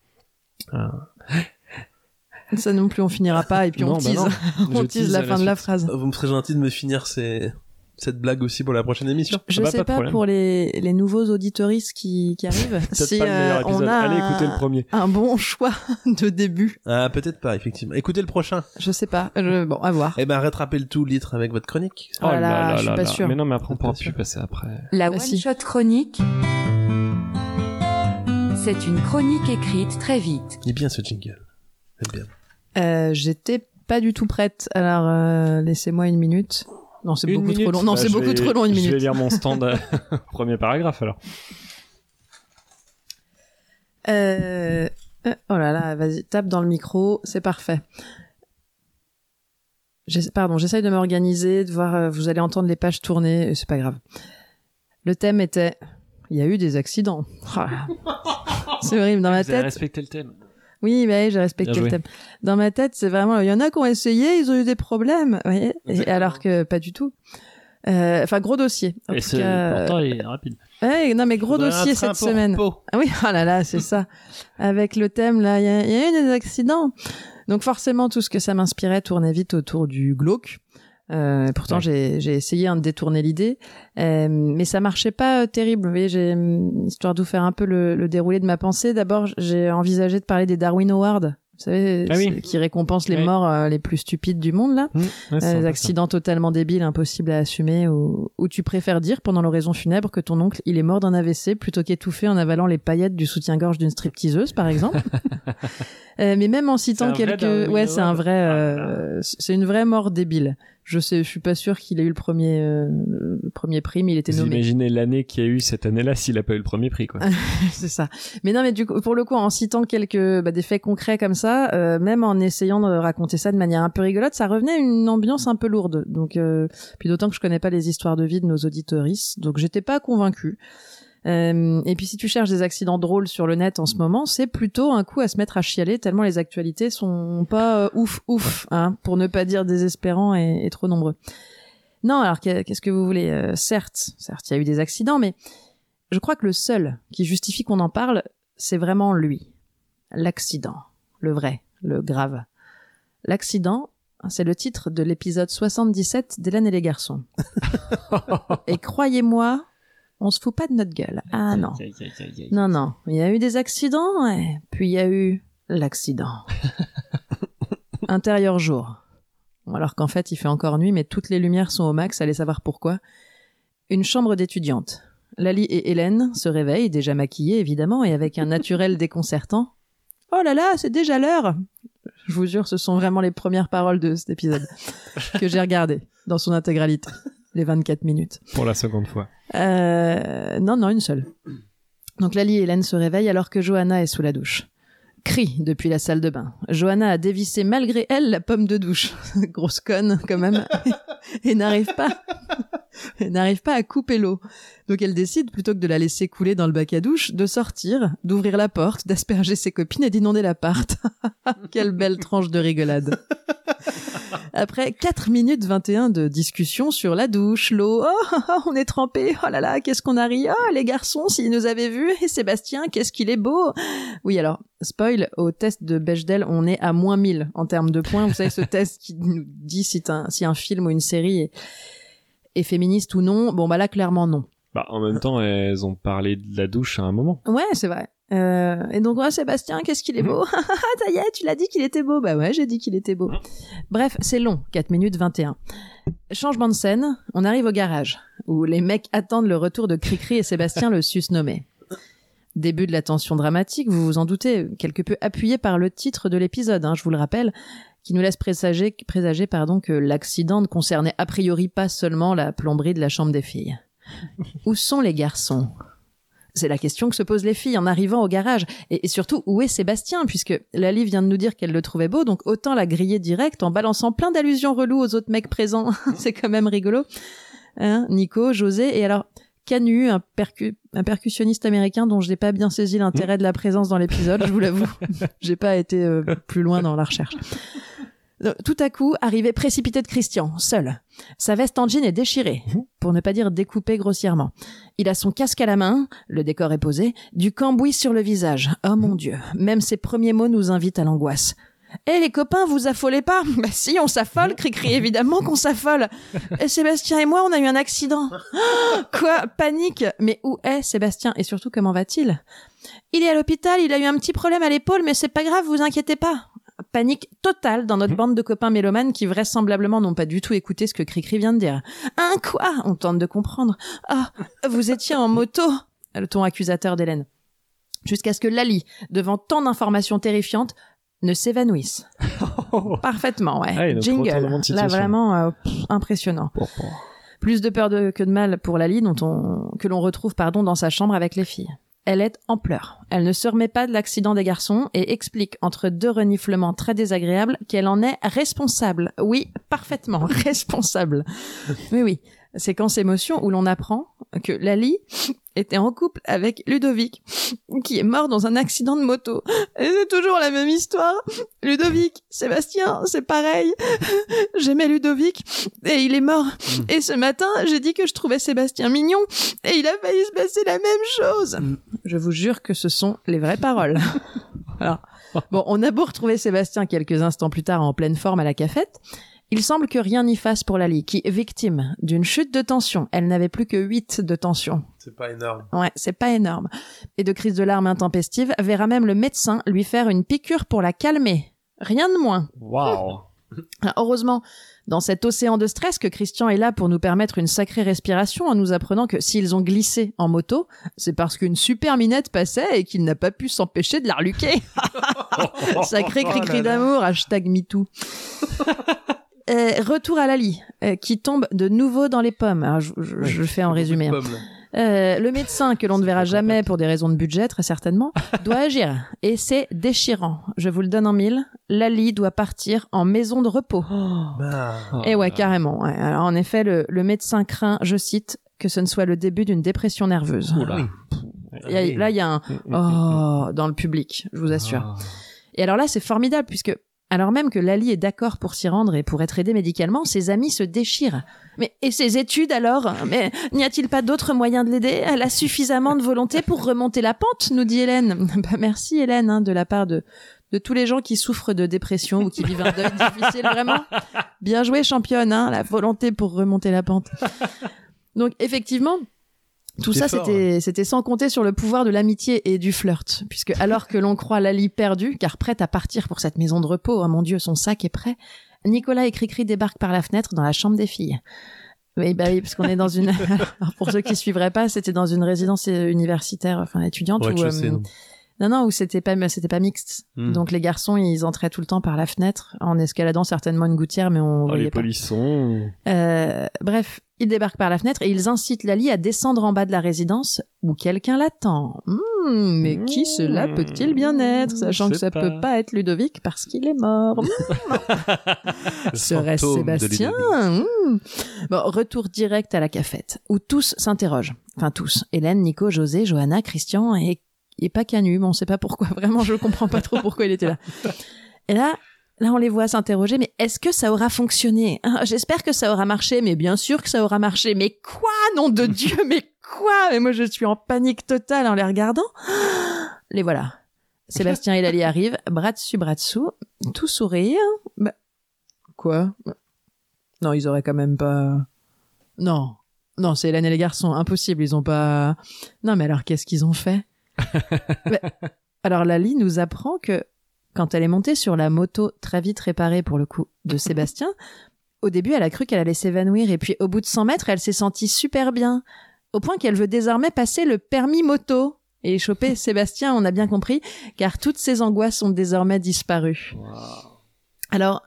S5: Ça non plus, on finira pas et puis
S6: Non,
S5: on
S6: bah
S5: tease.
S6: non.
S5: on
S6: Je
S5: tease la
S6: à
S5: fin de la
S6: suite.
S5: phrase.
S1: Vous me serez gentil de me finir ces... cette blague aussi pour la prochaine émission.
S5: Je
S6: Ah bah,
S5: sais
S6: pas de
S5: pas,
S6: problème.
S5: pour les, les nouveaux auditoristes qui, qui arrivent
S6: Peut-être
S5: si
S6: pas le meilleur
S5: euh, on
S6: épisode.
S5: a
S6: Allez, écoutez le
S5: un,
S6: premier.
S5: un bon choix de début.
S1: Ah peut-être pas effectivement. Écoutez le prochain.
S5: Je sais pas. Je- bon, à voir.
S1: Eh ben rattrapez le tout litre avec votre chronique.
S5: Oh là là, je suis pas sûre.
S6: Mais non, mais après, on
S1: Pas
S6: pourra
S1: sûr.
S6: plus passer après.
S7: La
S5: Ah, si.
S7: one-shot chronique, c'est une chronique écrite très vite.
S1: Il est bien ce jingle. J'aime bien.
S5: Euh, J'étais pas du tout prête. Alors euh, laissez-moi une minute. Non, c'est
S6: Une
S5: beaucoup
S6: minute.
S5: trop long. Non,
S6: Bah,
S5: c'est
S6: je
S5: beaucoup
S6: vais-
S5: trop long une
S6: Je vais
S5: minute.
S6: lire mon stand. euh, Premier paragraphe alors.
S5: Euh, euh, oh là là, vas-y, tape dans le micro, c'est parfait. J'essa- Pardon, j'essaye de m'organiser, de voir. euh, vous allez entendre les pages tourner, et c'est pas grave. Le thème était. Il y a eu des accidents. Oh là là. c'est horrible dans ma
S6: Vous avez
S5: tête.
S6: respecté le thème.
S5: Oui, mais j'ai respecté
S6: Bien
S5: le
S6: joué.
S5: thème. Dans ma tête, c'est vraiment, il y en a qui ont essayé, ils ont eu des problèmes, vous voyez, Et
S6: Exactement.
S5: alors que pas du tout. Euh, Enfin, gros dossier. En
S6: Et
S5: tout
S6: c'est
S5: cas,
S6: pourtant il est rapide.
S5: ouais, non, mais gros
S1: Faudrait
S5: dossier
S1: un train
S5: cette
S1: pour
S5: semaine.
S1: Pau.
S5: Ah oui, oh là là, c'est ça. Avec le thème, là, il y, a- il y a eu des accidents. Donc forcément, tout ce que ça m'inspirait tournait vite autour du glauque. Euh, pourtant,
S6: Ouais.
S5: j'ai- j'ai essayé hein, de détourner l'idée, Euh, mais ça marchait pas euh, terrible. Vous voyez, j'ai, hum, histoire de vous faire un peu le, le déroulé de ma pensée, d'abord, j'ai envisagé de parler des Darwin Awards, vous savez,
S6: Ah oui.
S5: ceux qui récompensent les
S6: Oui.
S5: morts euh, les plus stupides du monde, là.
S6: Mmh, ouais, c'est
S5: Euh,
S6: sympa,
S5: des
S6: ça.
S5: accidents totalement débiles, impossibles à assumer, ou, ou tu préfères dire pendant l'oraison funèbre que ton oncle il est mort d'un AVC plutôt qu'étouffé en avalant les paillettes du soutien-gorge d'une stripteaseuse, par exemple. Euh, mais même en
S6: un
S5: citant
S6: vrai
S5: quelques,
S6: Darwin
S5: ouais, c'est un
S6: Award.
S5: vrai,
S6: ah,
S5: euh, c'est une vraie mort débile. Je sais, je suis pas sûr qu'il ait eu le premier, euh, le premier prix, mais il était
S6: Vous
S5: nommé.
S6: imaginez l'année qu'il y a eu cette année-là s'il a pas eu le premier prix quoi.
S5: c'est ça. Mais non, mais du coup, pour le coup, en citant quelques bah, des faits concrets comme ça, euh, même en essayant de raconter ça de manière un peu rigolote, ça revenait à une ambiance un peu lourde. Donc, euh, puis d'autant que je connais pas les histoires de vie de nos auditorices, donc j'étais pas convaincue. Euh, et puis si tu cherches des accidents drôles sur le net en ce moment, c'est plutôt un coup à se mettre à chialer tellement les actualités sont pas euh, ouf ouf, hein, pour ne pas dire désespérants et, et trop nombreux. Non, alors que- qu'est-ce que vous voulez Euh, Certes, certes, il y a eu des accidents, mais je crois que le seul qui justifie qu'on en parle, c'est vraiment lui. L'accident. Le vrai, le grave. L'accident, c'est le titre de l'épisode 77 d'Hélène et les garçons. et croyez-moi, on se fout pas de notre gueule. Ah non.
S6: Aïe, aïe, aïe, aïe.
S5: Non, non. Il y a eu des accidents, ouais. puis il y a eu l'accident. Intérieur jour. Bon, Alors qu'en fait, il fait encore nuit, mais toutes les lumières sont au max, allez savoir pourquoi. Une chambre d'étudiante. Lali et Hélène se réveillent, déjà maquillées évidemment, et avec un naturel déconcertant. Oh là là, c'est déjà l'heure Je vous jure, ce sont vraiment les premières paroles de cet épisode que j'ai regardé dans son intégralité, les 24 minutes.
S6: Pour la seconde fois.
S5: Euh, non, non, une seule. Donc Lali et Hélène se réveillent alors que Johanna est sous la douche. Crie depuis la salle de bain. Johanna a dévissé malgré elle la pomme de douche. Grosse conne quand même. et n'arrive pas elle n'arrive pas à couper l'eau. Donc elle décide, plutôt que de la laisser couler dans le bac à douche, de sortir, d'ouvrir la porte, d'asperger ses copines et d'inonder l'appart. Quelle belle tranche de rigolade. Après 4 minutes 21 de discussion sur la douche, l'eau, oh, on est trempé, oh là là, qu'est-ce qu'on a ri, oh, les garçons, s'ils nous avaient vus, et Sébastien, qu'est-ce qu'il est beau. Oui, alors, spoil, au test de Bechdel, on est à moins 1000 en termes de points. Vous savez, ce test qui nous dit si, un, si un film ou une série est, et féministe ou non Bon, bah là, clairement, non.
S6: Bah, en même temps, elles ont parlé de la douche à un moment.
S5: Ouais, c'est vrai. Euh, et donc, ouais, Sébastien, qu'est-ce qu'il est beau Ah, Ça y est, tu l'as dit qu'il était beau. Bah ouais, j'ai dit qu'il était beau. Bref, c'est long, 4 minutes 21. Changement de scène, on arrive au garage, où les mecs attendent le retour de Cricri et Sébastien, le susnommé. Début de la tension dramatique, vous vous en doutez, quelque peu appuyé par le titre de l'épisode, hein, je vous le rappelle qui nous laisse présager, présager pardon, que l'accident ne concernait a priori pas seulement la plomberie de la chambre des filles. Où sont les garçons C'est la question que se posent les filles en arrivant au garage. Et, et surtout, où est Sébastien Puisque Lali vient de nous dire qu'elle le trouvait beau, donc autant la griller direct en balançant plein d'allusions reloues aux autres mecs présents. C'est quand même rigolo. Hein Nico, José, et alors Canu, un, percu un percussionniste américain dont je n'ai pas bien saisi l'intérêt de la présence dans l'épisode, je vous l'avoue. J'ai pas été euh, plus loin dans la recherche. Tout à coup, arrivée précipitée de Christian, seul. Sa veste en jean est déchirée, pour ne pas dire découpée grossièrement. Il a son casque à la main, le décor est posé, du cambouis sur le visage. Oh mon dieu, même ses premiers mots nous invitent à l'angoisse. Eh les copains, vous affolez pas Bah si, on s'affole, cri-cri, évidemment qu'on s'affole. Et Eh, Sébastien et moi, on a eu un accident. Ah, quoi Panique Mais où est Sébastien Et surtout, comment va-t-il Il est à l'hôpital, il a eu un petit problème à l'épaule, mais c'est pas grave, vous inquiétez pas panique totale dans
S6: Mhm.
S5: notre bande de copains mélomanes qui vraisemblablement n'ont pas du tout écouté ce que Cricri vient de dire. Hein, quoi On tente de comprendre. Ah, oh, vous étiez en moto Le ton accusateur d'Hélène. Jusqu'à ce que Lali, devant tant d'informations terrifiantes, ne s'évanouisse. Parfaitement, ouais.
S6: Ah, et notre
S5: Jingle.
S6: retournement de
S5: Là,
S6: situation.
S5: vraiment, euh, pff, impressionnant.
S6: Pour- pour-
S5: Plus de peur de- que de mal pour Lali, dont on, que l'on retrouve pardon dans sa chambre avec les filles. Elle est en pleurs. Elle ne se remet pas de l'accident des garçons et explique entre deux reniflements très désagréables qu'elle en est responsable. Oui, parfaitement responsable. Mais oui, séquence émotion où l'on apprend que Lali était en couple avec Ludovic, qui est mort dans un accident de moto. Et c'est toujours la même histoire. Ludovic, Sébastien, c'est pareil. J'aimais Ludovic et il est mort. Et ce matin, j'ai dit que je trouvais Sébastien mignon et il a failli se passer la même chose. Mm. Je vous jure que ce sont les vraies paroles. Alors, bon, on a beau retrouver Sébastien quelques instants plus tard en pleine forme à la cafette. Il semble que rien n'y fasse pour Lali, qui, victime d'une chute de tension, elle n'avait plus que 8 de tension.
S1: C'est pas énorme.
S5: Ouais, c'est pas énorme. Et de crise de larmes intempestive, verra même le médecin lui faire une piqûre pour la calmer. Rien de moins.
S6: Waouh
S5: Alors, Ah, Heureusement, dans cet océan de stress que Christian est là pour nous permettre une sacrée respiration en nous apprenant que s'ils ont glissé en moto, c'est parce qu'une super minette passait et qu'il n'a pas pu s'empêcher de la reluquer. Sacré cri-cri d'amour, hashtag MeToo. Euh, retour à Lali, euh, qui tombe de nouveau dans les pommes. Alors, je, je- je le fais en résumé. hein.
S1: Pomme, là.
S5: Euh, le médecin, que l'on ne verra
S6: pas
S5: jamais pour des raisons de budget, très certainement, doit agir. Et c'est déchirant. Je vous le donne en mille. Lali doit partir en maison de repos.
S1: Bah,
S5: Et Eh ouais, carrément. ouais. Alors, en effet, le, le médecin craint, je cite, que ce ne soit le début d'une dépression nerveuse.
S1: Ah
S6: Oula.
S5: Il y a- là, il y a un
S6: Mm,
S5: oh dans le public, je vous assure. Et alors là, c'est formidable puisque alors même que Lali est d'accord pour s'y rendre et pour être aidée médicalement, ses amis se déchirent. Mais et ses études alors Mais n'y a-t-il pas d'autre moyen de l'aider Elle a suffisamment de volonté pour remonter la pente, nous dit Hélène. Bah, merci Hélène hein, de la part de de tous les gens qui souffrent de dépression ou qui vivent un deuil difficile vraiment. Bien joué championne, hein, la volonté pour remonter la pente. Donc effectivement, tout
S1: C'était
S5: ça,
S1: fort, hein.
S5: c'était c'était sans compter sur le pouvoir de l'amitié et du flirt, puisque alors que l'on croit Lali perdue, car prête à partir pour cette maison de repos, oh mon Dieu, son sac est prêt, Nicolas et Cricri débarquent par la fenêtre dans la chambre des filles. Oui, bah oui, parce qu'on est dans une. Alors, pour ceux qui suivraient pas, c'était dans une résidence euh, universitaire, enfin étudiante,
S1: au
S5: où,
S1: rez-de-chaussée,
S5: euh,
S1: non.
S5: Non, non, où c'était pas, c'était pas mixte.
S1: Hmm.
S5: Donc les garçons, ils entraient tout le temps par la fenêtre en escaladant certainement une gouttière, mais on
S6: Oh,
S5: voyait
S6: les
S5: pas.
S6: polissons.
S5: Euh, bref, ils débarquent par la fenêtre et ils incitent Lali à descendre en bas de la résidence où quelqu'un l'attend. Hmm, mais qui cela
S6: Hmm,
S5: peut-il bien être, sachant
S6: je
S5: que
S6: sais
S5: ça
S6: pas.
S5: peut pas être Ludovic parce qu'il est mort.
S1: Le
S5: Serait-ce
S1: fantôme de
S5: Sébastien
S1: Ludovic.
S5: Hmm. Bon, retour direct à la cafette, où tous s'interrogent. Enfin tous. Hélène, Nico, José, Johanna, Christian et, et pas Canu, mais on sait pas pourquoi. Vraiment, je comprends pas trop pourquoi il était là. Et là, là, on les voit s'interroger, mais est-ce que ça aura fonctionné Hein, J'espère que ça aura marché, mais bien sûr que ça aura marché. Mais quoi, nom de Dieu, mais quoi Mais moi, je suis en panique totale en les regardant. Les voilà. Sébastien et Lali arrivent, bras dessus, bras dessous, tout sourire. Bah, quoi Non, ils auraient quand même pas. Non. Non, c'est Hélène et les garçons, impossible, ils ont pas. Non, mais alors qu'est-ce qu'ils ont fait Bah, Alors Lali nous apprend que quand elle est montée sur la moto très vite réparée pour le coup de Sébastien, au début elle a cru qu'elle allait s'évanouir et puis au bout de 100 mètres elle s'est sentie super bien, au point qu'elle veut désormais passer le permis moto et choper Sébastien, on a bien compris, car toutes ses angoisses ont désormais disparu. Alors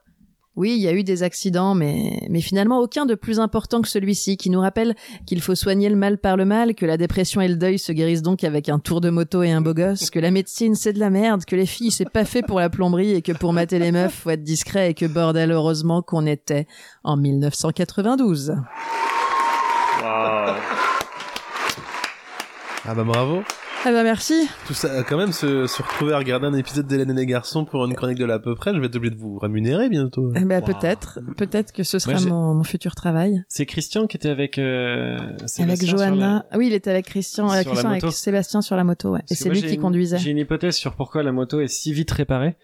S5: oui, il y a eu des accidents, mais, mais finalement aucun de plus important que celui-ci, qui nous rappelle qu'il faut soigner le mal par le mal, que la dépression et le deuil se guérissent donc avec un tour de moto et un beau gosse, que la médecine c'est de la merde, que les filles c'est pas fait pour la plomberie et que pour mater les meufs faut être discret et que bordel heureusement qu'on était en 1992.
S1: Ah bah bravo.
S5: Ah bah merci.
S1: Tout ça, euh, quand même, se, se retrouver à regarder un épisode d'Hélène et les garçons pour une chronique de l'à peu près, je vais être obligé de vous rémunérer bientôt.
S5: Eh ben,
S6: Wow.
S5: peut-être, peut-être que ce sera
S6: Moi, j'ai-
S5: mon, mon futur travail.
S6: C'est Christian qui était avec. euh, Sébastien
S5: Avec
S6: sur la-
S5: Johanna. Ah Oui, il était avec Christian,
S6: Sur
S5: euh,
S6: la
S5: Christian avec
S6: moto.
S5: Sébastien sur la moto, ouais.
S6: Parce
S5: Et
S6: que
S5: c'est
S6: moi,
S5: lui
S6: j'ai
S5: qui
S6: une-
S5: conduisait.
S6: J'ai une hypothèse sur pourquoi la moto est si vite réparée.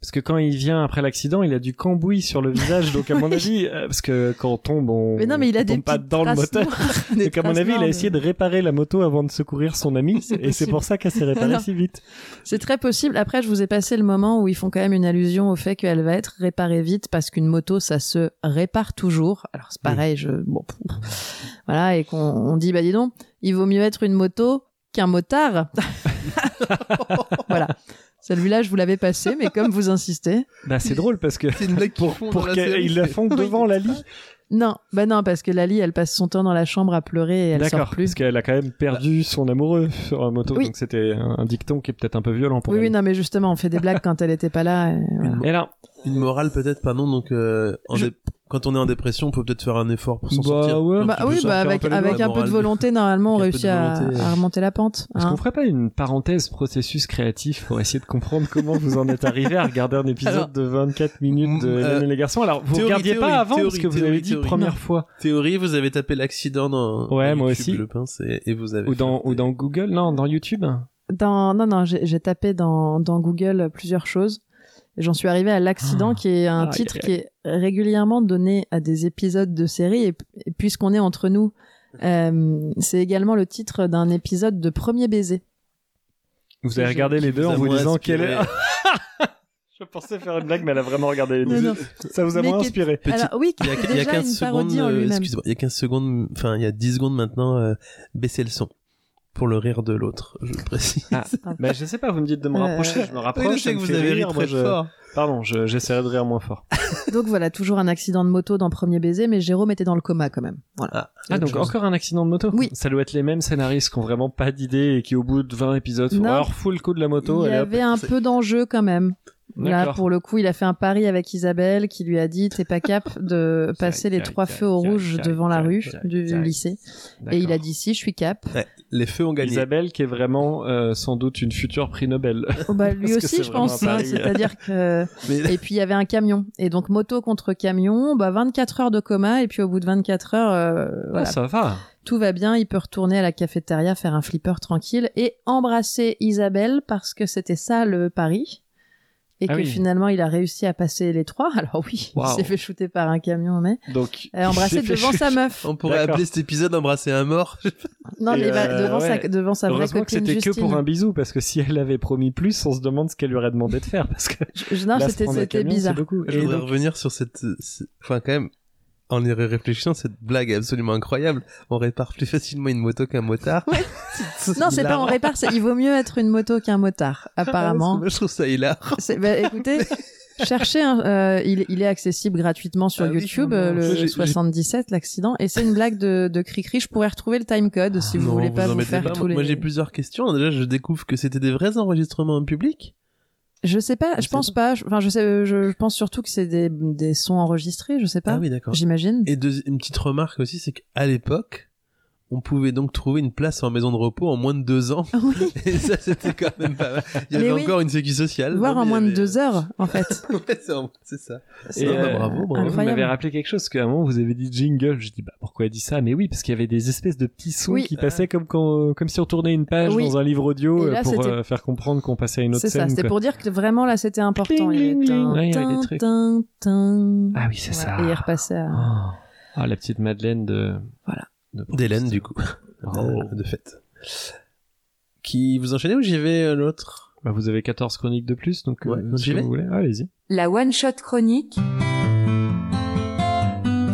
S6: Parce que quand il vient après l'accident, il a du cambouis sur le visage. Donc à mon
S5: Oui.
S6: avis, euh, parce que quand on tombe, on,
S5: Mais non, mais il a
S6: on
S5: des
S6: Euh, tombe pas
S5: petites
S6: dans le
S5: traces
S6: moteur.
S5: noires, des
S6: Donc à mon
S5: traces
S6: avis, il
S5: noires
S6: a
S5: de-
S6: essayé de réparer la moto avant de secourir son ami.
S5: C'est
S6: et c'est
S5: possible.
S6: pour ça qu'elle s'est réparée
S5: Alors-
S6: si vite.
S5: C'est très possible. Après, je vous ai passé le moment où ils font quand même une allusion au fait qu'elle va être réparée vite parce qu'une moto, ça se répare toujours. Alors c'est pareil, je bon, pff. voilà, et qu'on on dit bah dis donc, il vaut mieux être une moto qu'un motard. voilà. Celui-là, je vous l'avais passé, mais comme vous insistez,
S6: Bah c'est drôle parce que
S1: C'est une blague
S6: pour,
S1: qu'ils font
S6: pour
S1: dans la série,
S6: qu'ils la
S1: c'est-
S6: font devant la lit.
S5: non, bah non, parce que Lali, elle passe son temps dans la chambre à pleurer et elle sort
S6: D'accord.
S5: plus.
S6: Parce qu'elle a quand même
S1: Bah.
S6: perdu son amoureux sur la moto.
S5: Oui.
S6: Donc c'était un un dicton qui est peut-être un peu violent pour
S5: Oui,
S6: elle.
S5: oui, non, mais justement, on fait des blagues quand elle était pas là. et voilà.
S6: Et alors,
S1: Une morale peut-être pas non, donc euh, en
S6: Je-
S1: dé- quand on est en dépression, on peut peut-être faire un effort pour s'en
S6: Bah
S1: sortir.
S6: ouais.
S1: Un
S5: Bah
S1: petit peu
S5: oui,
S1: ça.
S5: bah
S1: Faire
S5: avec,
S1: peu les
S5: avec
S1: lois,
S5: un peu de
S1: morale.
S5: volonté, normalement, on
S1: Avec un peu
S5: réussit
S1: de
S5: à,
S1: volonté, euh.
S5: à remonter la pente.
S6: Est-ce
S5: hein.
S6: qu'on ferait pas une parenthèse processus créatif pour essayer de comprendre comment vous en êtes arrivé à regarder un épisode
S1: Alors-
S6: de 24 minutes de
S1: Mm, euh,
S6: Hélène et les garçons Alors, vous
S1: théorie,
S6: regardiez
S1: théorie,
S6: pas avant
S1: théorie,
S6: parce que vous
S1: théorie,
S6: avez dit
S1: théorie.
S6: première
S1: Non.
S6: fois
S1: Théorie, vous avez tapé l'accident dans
S6: Ouais,
S1: dans
S6: moi
S1: YouTube,
S6: aussi.
S1: je pense, et, et vous avez
S6: ou
S1: fait
S6: dans,
S1: des-
S6: ou dans Google Non, dans YouTube.
S5: Dans, non, non, j'ai j'ai tapé dans, dans Google plusieurs choses. Et J'en suis arrivée à l'accident,
S6: Ah.
S5: qui est un
S6: Aïe,
S5: titre
S6: aïe,
S5: qui est régulièrement donné à des épisodes de séries. Et, et puisqu'on est entre nous, euh, c'est également le titre d'un épisode de Premier baiser.
S6: Vous avez
S5: Je-
S6: regardé les deux en
S1: a
S6: vous
S1: moins
S6: disant
S1: inspiré.
S6: quelle est. Je pensais faire une blague, mais elle a vraiment regardé les
S5: Non,
S6: deux.
S5: non.
S6: Ça vous a
S5: Mais
S6: moins
S5: qui-
S6: inspiré.
S1: Petit-
S5: Alors oui,
S1: Il y a, il y a
S5: déjà
S1: 15
S5: une parodie
S1: secondes,
S5: en
S1: euh,
S5: lui-même.
S1: excuse-moi, il y a 15 secondes, enfin il y a 10 secondes maintenant, euh, baissez le son pour le rire de l'autre, je précise.
S6: Ah, Bah, je sais pas, vous me dites de me
S5: Euh,
S6: rapprocher, je me rapproche.
S1: Oui, je
S6: ça
S1: sais que
S6: me
S1: vous
S6: fait
S1: avez ri
S6: rire,
S1: très
S6: moi, je-
S1: fort.
S6: Pardon, je- j'essaierai de rire moins fort.
S5: Donc voilà, toujours un accident de moto dans Premier baiser, mais Jérôme était dans le coma quand même. Voilà.
S6: Ah, donc encore un accident de moto
S5: Oui.
S6: Ça doit être les mêmes scénaristes qui ont vraiment pas d'idée et qui, au bout de 20 épisodes, font
S5: Non.
S6: alors fou le coup de la
S5: il
S6: moto.
S5: y
S6: elle est
S5: avait un peu d'enjeu quand même. Là,
S6: D'accord.
S5: pour le coup, il a fait un pari avec Isabelle qui lui a dit T'es pas cap de passer les
S6: Direct,
S5: trois
S6: direct,
S5: feux au
S6: direct,
S5: rouge
S6: direct,
S5: devant la
S6: direct,
S5: rue
S6: direct,
S5: du
S6: direct.
S5: lycée. Et
S6: D'accord.
S5: il a dit Si, je suis cap.
S1: Ouais, les feux ont gagné.
S6: Isabelle, qui est vraiment euh, sans doute une future prix Nobel.
S5: Oh, bah, lui
S6: Parce que
S5: aussi,
S6: c'est
S5: je
S6: vraiment
S5: pense.
S6: un
S5: hein,
S6: pari.
S5: C'est-à-dire que.
S1: Mais-
S5: Et puis, il y avait un camion. Et donc, moto contre camion, bah, 24 heures de coma. Et puis, au bout de 24 heures, euh,
S6: Ah,
S5: voilà,
S6: ça va.
S5: tout va bien. Il peut retourner à la cafétéria, faire un flipper tranquille et embrasser Isabelle parce que c'était ça le pari. Et
S6: Ah
S5: que
S6: oui.
S5: finalement, il a réussi à passer les trois. Alors oui, il
S6: Waouh.
S5: s'est fait shooter par un camion, mais
S6: Donc,
S5: euh, embrassé
S6: il s'est fait
S5: devant sa
S6: chuter.
S5: meuf.
S1: On pourrait
S6: D'accord.
S1: appeler cet épisode Embrasser un mort.
S5: Non,
S6: Et
S5: mais va-
S6: euh,
S5: devant, sa,
S6: ouais.
S5: devant sa vraie
S6: Heureusement que
S5: copine
S6: c'était que
S5: Justine.
S6: pour un bisou, parce que si elle avait promis plus, on se demande ce qu'elle lui aurait demandé de faire. Parce que
S5: Je- je- non,
S6: là, se
S5: c'était
S6: prendre un
S5: c'était
S6: camion, c'est
S5: bizarre.
S6: beaucoup.
S1: Je
S6: Et euh,
S1: voudrais
S6: donc,
S1: revenir sur cette. c'est- Enfin, quand même, en y réfléchissant, cette blague est absolument incroyable. On répare plus facilement une moto qu'un motard.
S5: Non, c'est pas
S1: hilarant.
S5: on répare, c'est- il vaut mieux être une moto qu'un motard, apparemment.
S1: Je trouve ça hilarant.
S5: C'est- bah, écoutez, cherchez, un- euh, il, il est accessible gratuitement sur
S1: Ah oui,
S5: YouTube,
S1: non, non,
S5: euh,
S1: ça, j'ai- j'ai-
S5: le 77, l'accident, et c'est une blague de, de Cricri. Je pourrais retrouver le timecode si vous
S1: Non,
S5: voulez pas
S1: en
S5: vous
S1: mettez
S5: faire
S1: pas.
S5: tous les.
S1: Moi, j'ai plusieurs questions. Déjà, je découvre que c'était des vrais enregistrements en public.
S5: Je sais pas,
S1: Je sais
S5: je pense pas. Je- Enfin, je sais, je, je pense surtout que c'est des, des sons enregistrés, je sais pas.
S1: Ah oui, d'accord.
S5: J'imagine.
S1: Et deuxi- une petite remarque aussi, c'est qu'à l'époque, on pouvait donc trouver une place en maison de repos en moins de deux ans.
S5: Ah Oui.
S1: Et ça, c'était quand même pas mal. Il y
S5: Mais
S1: avait
S5: oui.
S1: encore une sécu sociale.
S5: Voir
S1: Non,
S5: en
S1: mais il y
S5: moins de
S1: avait- euh,
S5: deux heures, en fait.
S1: Ouais, c'est en- c'est ça.
S5: C'est,
S1: Non, bah, bravo,
S6: euh,
S1: bravo.
S6: Vous m'avez
S5: Incroyable.
S6: rappelé quelque chose, parce qu'à un moment vous avez dit jingle, j'ai dit bah pourquoi elle dit ça Mais oui, parce qu'il y avait des espèces de petits sons
S5: Oui.
S6: qui passaient comme, quand, euh, comme si on tournait une page
S5: Oui.
S6: dans un livre audio
S5: Et là,
S6: euh, pour
S5: c'était-
S6: euh, faire comprendre qu'on passait à une autre
S5: C'est
S6: scène.
S5: ça, c'était
S6: quoi.
S5: pour dire que vraiment là c'était important.
S6: Ding,
S5: Il y avait
S6: ding,
S5: tin,
S6: ding. Ouais, il y avait des
S5: tin,
S6: trucs.
S5: tin, tin.
S6: Ah oui, c'est
S5: Ouais,
S6: ça.
S5: Et il repassait à.
S6: Ah, Ah, la petite Madeleine de.
S5: Voilà.
S6: de-
S1: D'Hélène, du coup. Euh,
S6: Oh.
S1: De fait. Qui vous enchaînez ou j'y vais euh, l'autre
S6: Bah, vous avez 14 chroniques de plus, donc euh,
S1: Ouais, donc
S6: si
S1: j'y vais.
S6: vous voulez, allez-y.
S10: La One Shot Chronique.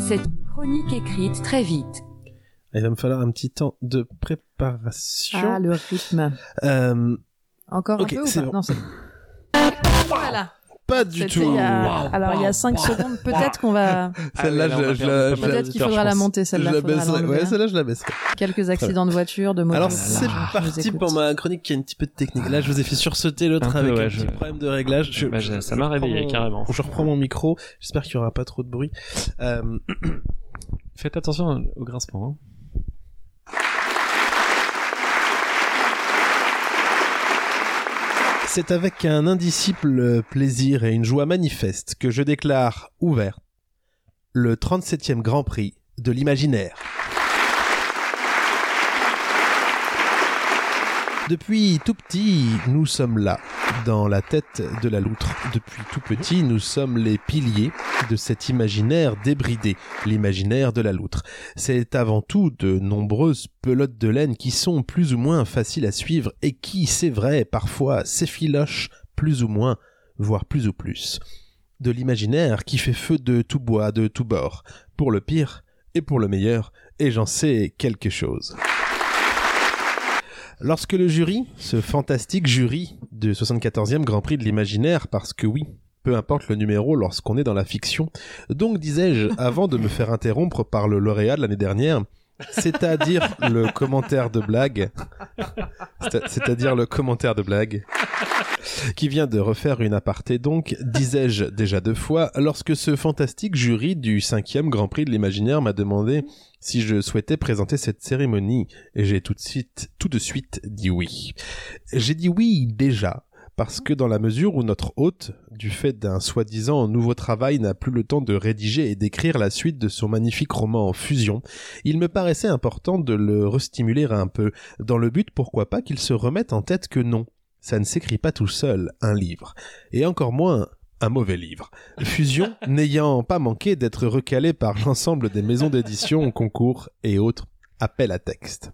S10: Cette chronique écrite très vite.
S1: Il va me falloir un petit temps de préparation.
S5: Ah, le rythme.
S1: Euh,
S5: Encore
S1: Ok,
S5: un peu ou
S1: c'est
S5: pas
S1: bon.
S5: Non, c'est- Voilà.
S1: pas du
S5: C'était
S1: tout.
S5: il y a- Alors il y a 5 secondes, peut-être qu'on va.
S1: Celle-là,
S6: Ah oui, là, on a
S1: je, je
S6: perdu
S1: la- je
S6: pas mal
S1: la,
S5: Peut-être qu'il
S6: auditeurs,
S5: faudra
S6: je
S5: la
S6: pense.
S5: monter
S1: je
S5: celle-là.
S1: la
S5: faudra
S1: baisserai.
S5: l'enlever. hein.
S1: Ouais, celle-là, je la baisserai.
S5: Quelques accidents de voiture, de moto.
S1: Alors
S5: Voilà.
S1: c'est
S5: Oh Je vous
S1: parti
S5: écoute.
S1: pour ma chronique qui a un petit peu de technique. Là, je vous ai fait sursauter l'autre
S6: Un peu,
S1: avec
S6: ouais,
S1: un
S6: je-
S1: petit problème de réglage. Je-
S6: Bah, je-
S1: je-
S6: ça
S1: je
S6: m'a
S1: reprends
S6: réveillé,
S1: mon-
S6: carrément.
S1: Je reprends mon micro. J'espère qu'il y aura pas trop de bruit. Euh,
S6: Faites attention au grincement. hein.
S1: c'est avec un indicible plaisir et une joie manifeste que je déclare ouvert le 37e Grand Prix de l'imaginaire. Depuis tout petit, nous sommes là, dans la tête de la loutre. Depuis tout petit, nous sommes les piliers de cet imaginaire débridé, l'imaginaire de la loutre. C'est avant tout de nombreuses pelotes de laine qui sont plus ou moins faciles à suivre et qui, c'est vrai, parfois s'effilochent plus ou moins, voire plus ou plus. De l'imaginaire qui fait feu de tout bois, de tout bord, pour le pire et pour le meilleur, et j'en sais quelque chose. Lorsque le jury, ce fantastique jury du 74e Grand Prix de l'imaginaire, parce que oui, peu importe le numéro lorsqu'on est dans la fiction, donc disais-je, avant de me faire interrompre par le lauréat de l'année dernière, c'est-à-dire le commentaire de blague, c'est- c'est-à-dire le commentaire de blague, qui vient de refaire une aparté donc, disais-je déjà deux fois, lorsque ce fantastique jury du 5e Grand Prix de l'imaginaire m'a demandé si je souhaitais présenter cette cérémonie et j'ai tout de suite, tout de suite dit oui. J'ai dit oui déjà, parce que dans la mesure où notre hôte, du fait d'un soi-disant nouveau travail, n'a plus le temps de rédiger et d'écrire la suite de son magnifique roman en fusion, il me paraissait important de le restimuler un peu, dans le but pourquoi pas qu'il se remette en tête que non, ça ne s'écrit pas tout seul, un livre, et encore moins un mauvais livre. Fusion n'ayant pas manqué d'être recalé par l'ensemble des maisons d'édition, concours et autres appels à texte.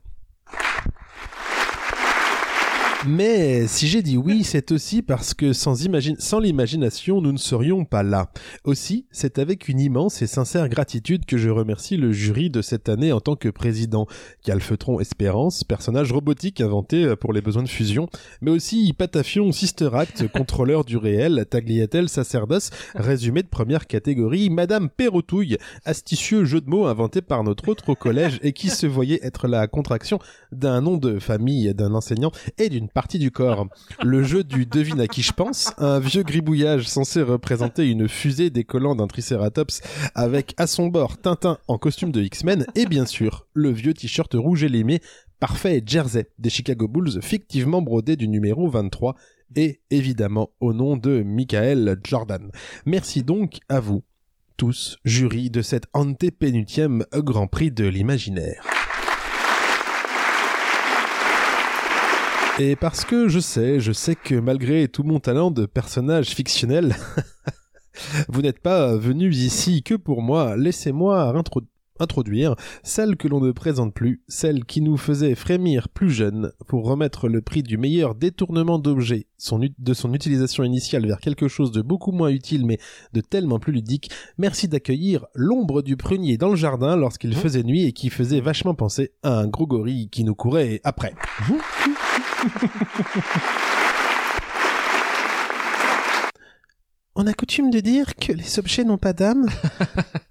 S1: Mais si j'ai dit oui, c'est aussi parce que sans, imagine- sans l'imagination, nous ne serions pas là. Aussi, c'est avec une immense et sincère gratitude que je remercie le jury de cette année en tant que président, Calfeutron Espérance, personnage robotique inventé euh, pour les besoins de fusion, mais aussi Patafion Sisteract, contrôleur du réel, Tagliatelle Sacerdoce, résumé de première catégorie, Madame Perrotouille, astucieux jeu de mots inventé par notre autre au collège et qui se voyait être la contraction d'un nom de famille d'un enseignant et d'une partie du corps. Le jeu du devine à qui je pense, un vieux gribouillage censé représenter une fusée décollant d'un tricératops avec à son bord Tintin en costume de X-Men et bien sûr le vieux t-shirt rouge et limé parfait jersey des Chicago Bulls fictivement brodé du numéro 23 et évidemment au nom de Michael Jordan. Merci donc à vous tous, jury de cet antépénultième Grand Prix de l'imaginaire. Et parce que je sais, je sais que malgré tout mon talent de personnage fictionnel, vous n'êtes pas venus ici que pour moi, laissez-moi intro- introduire, celle que l'on ne présente plus, celle qui nous faisait frémir plus jeune, pour remettre le prix du meilleur détournement d'objet, son ut- de son utilisation initiale vers quelque chose de beaucoup moins utile mais de tellement plus ludique, merci d'accueillir l'ombre du prunier dans le jardin lorsqu'il faisait nuit et qui faisait vachement penser à un gros gorille qui nous courait après. On a coutume de dire que les objets n'ont pas d'âme.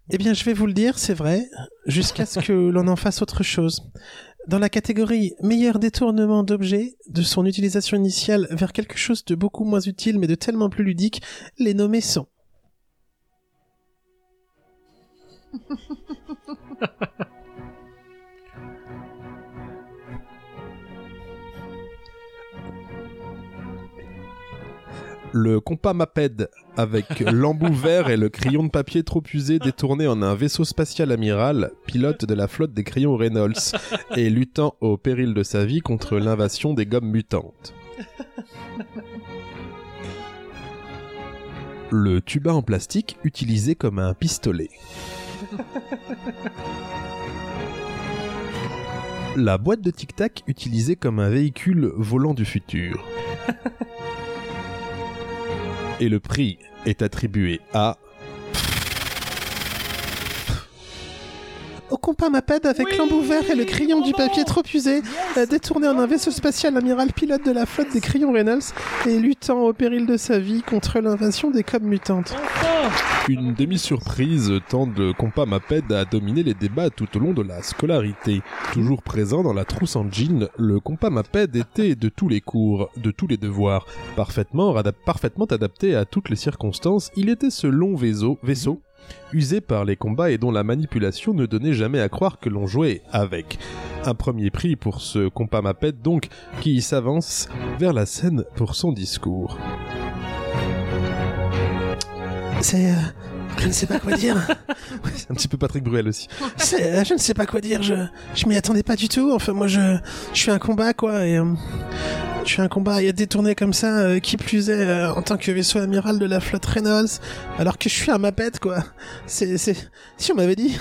S1: eh bien, je vais vous le dire, c'est vrai, jusqu'à ce que l'on en fasse autre chose. Dans la catégorie meilleur détournement d'objet, de son utilisation initiale vers quelque chose de beaucoup moins utile mais de tellement plus ludique, les nommés sont.
S8: le compas Maped avec l'embout vert et le crayon de papier trop usé détourné en un vaisseau spatial amiral, pilote de la flotte des crayons Reynolds et luttant au péril de sa vie contre l'invasion des gommes mutantes. Le tuba en plastique utilisé comme un pistolet. La boîte de tic-tac utilisée comme un véhicule volant du futur et le prix est attribué à.
S1: Au compas Maped avec l'embout vert et le crayon du papier trop usé, euh, détourné en un vaisseau spatial amiral pilote de la flotte des crayons Reynolds et luttant au péril de sa vie contre l'invasion des cobs mutantes.
S8: Une demi-surprise tant le compas Maped a dominé les débats tout au long de la scolarité. Toujours présent dans la trousse en jean, le compas Maped était de tous les cours, de tous les devoirs. Parfaitement, radap- parfaitement adapté à toutes les circonstances, il était ce long vaisseau, vaisseau usé par les combats et dont la manipulation ne donnait jamais à croire que l'on jouait avec. Un premier prix pour ce compas Maped donc, qui s'avance vers la scène pour son discours.
S1: C'est. euh, je ne sais pas quoi dire.
S8: C'est un petit peu Patrick Bruel aussi.
S1: C'est, euh, je ne sais pas quoi dire. Je, je m'y attendais pas du tout. Enfin, moi, je, je suis un combat, quoi. Et, euh, je suis un combat. Il y a détourné comme ça, euh, qui plus est, euh, en tant que vaisseau amiral de la flotte Reynolds, alors que je suis un mapette, quoi. C'est, c'est, si on m'avait dit,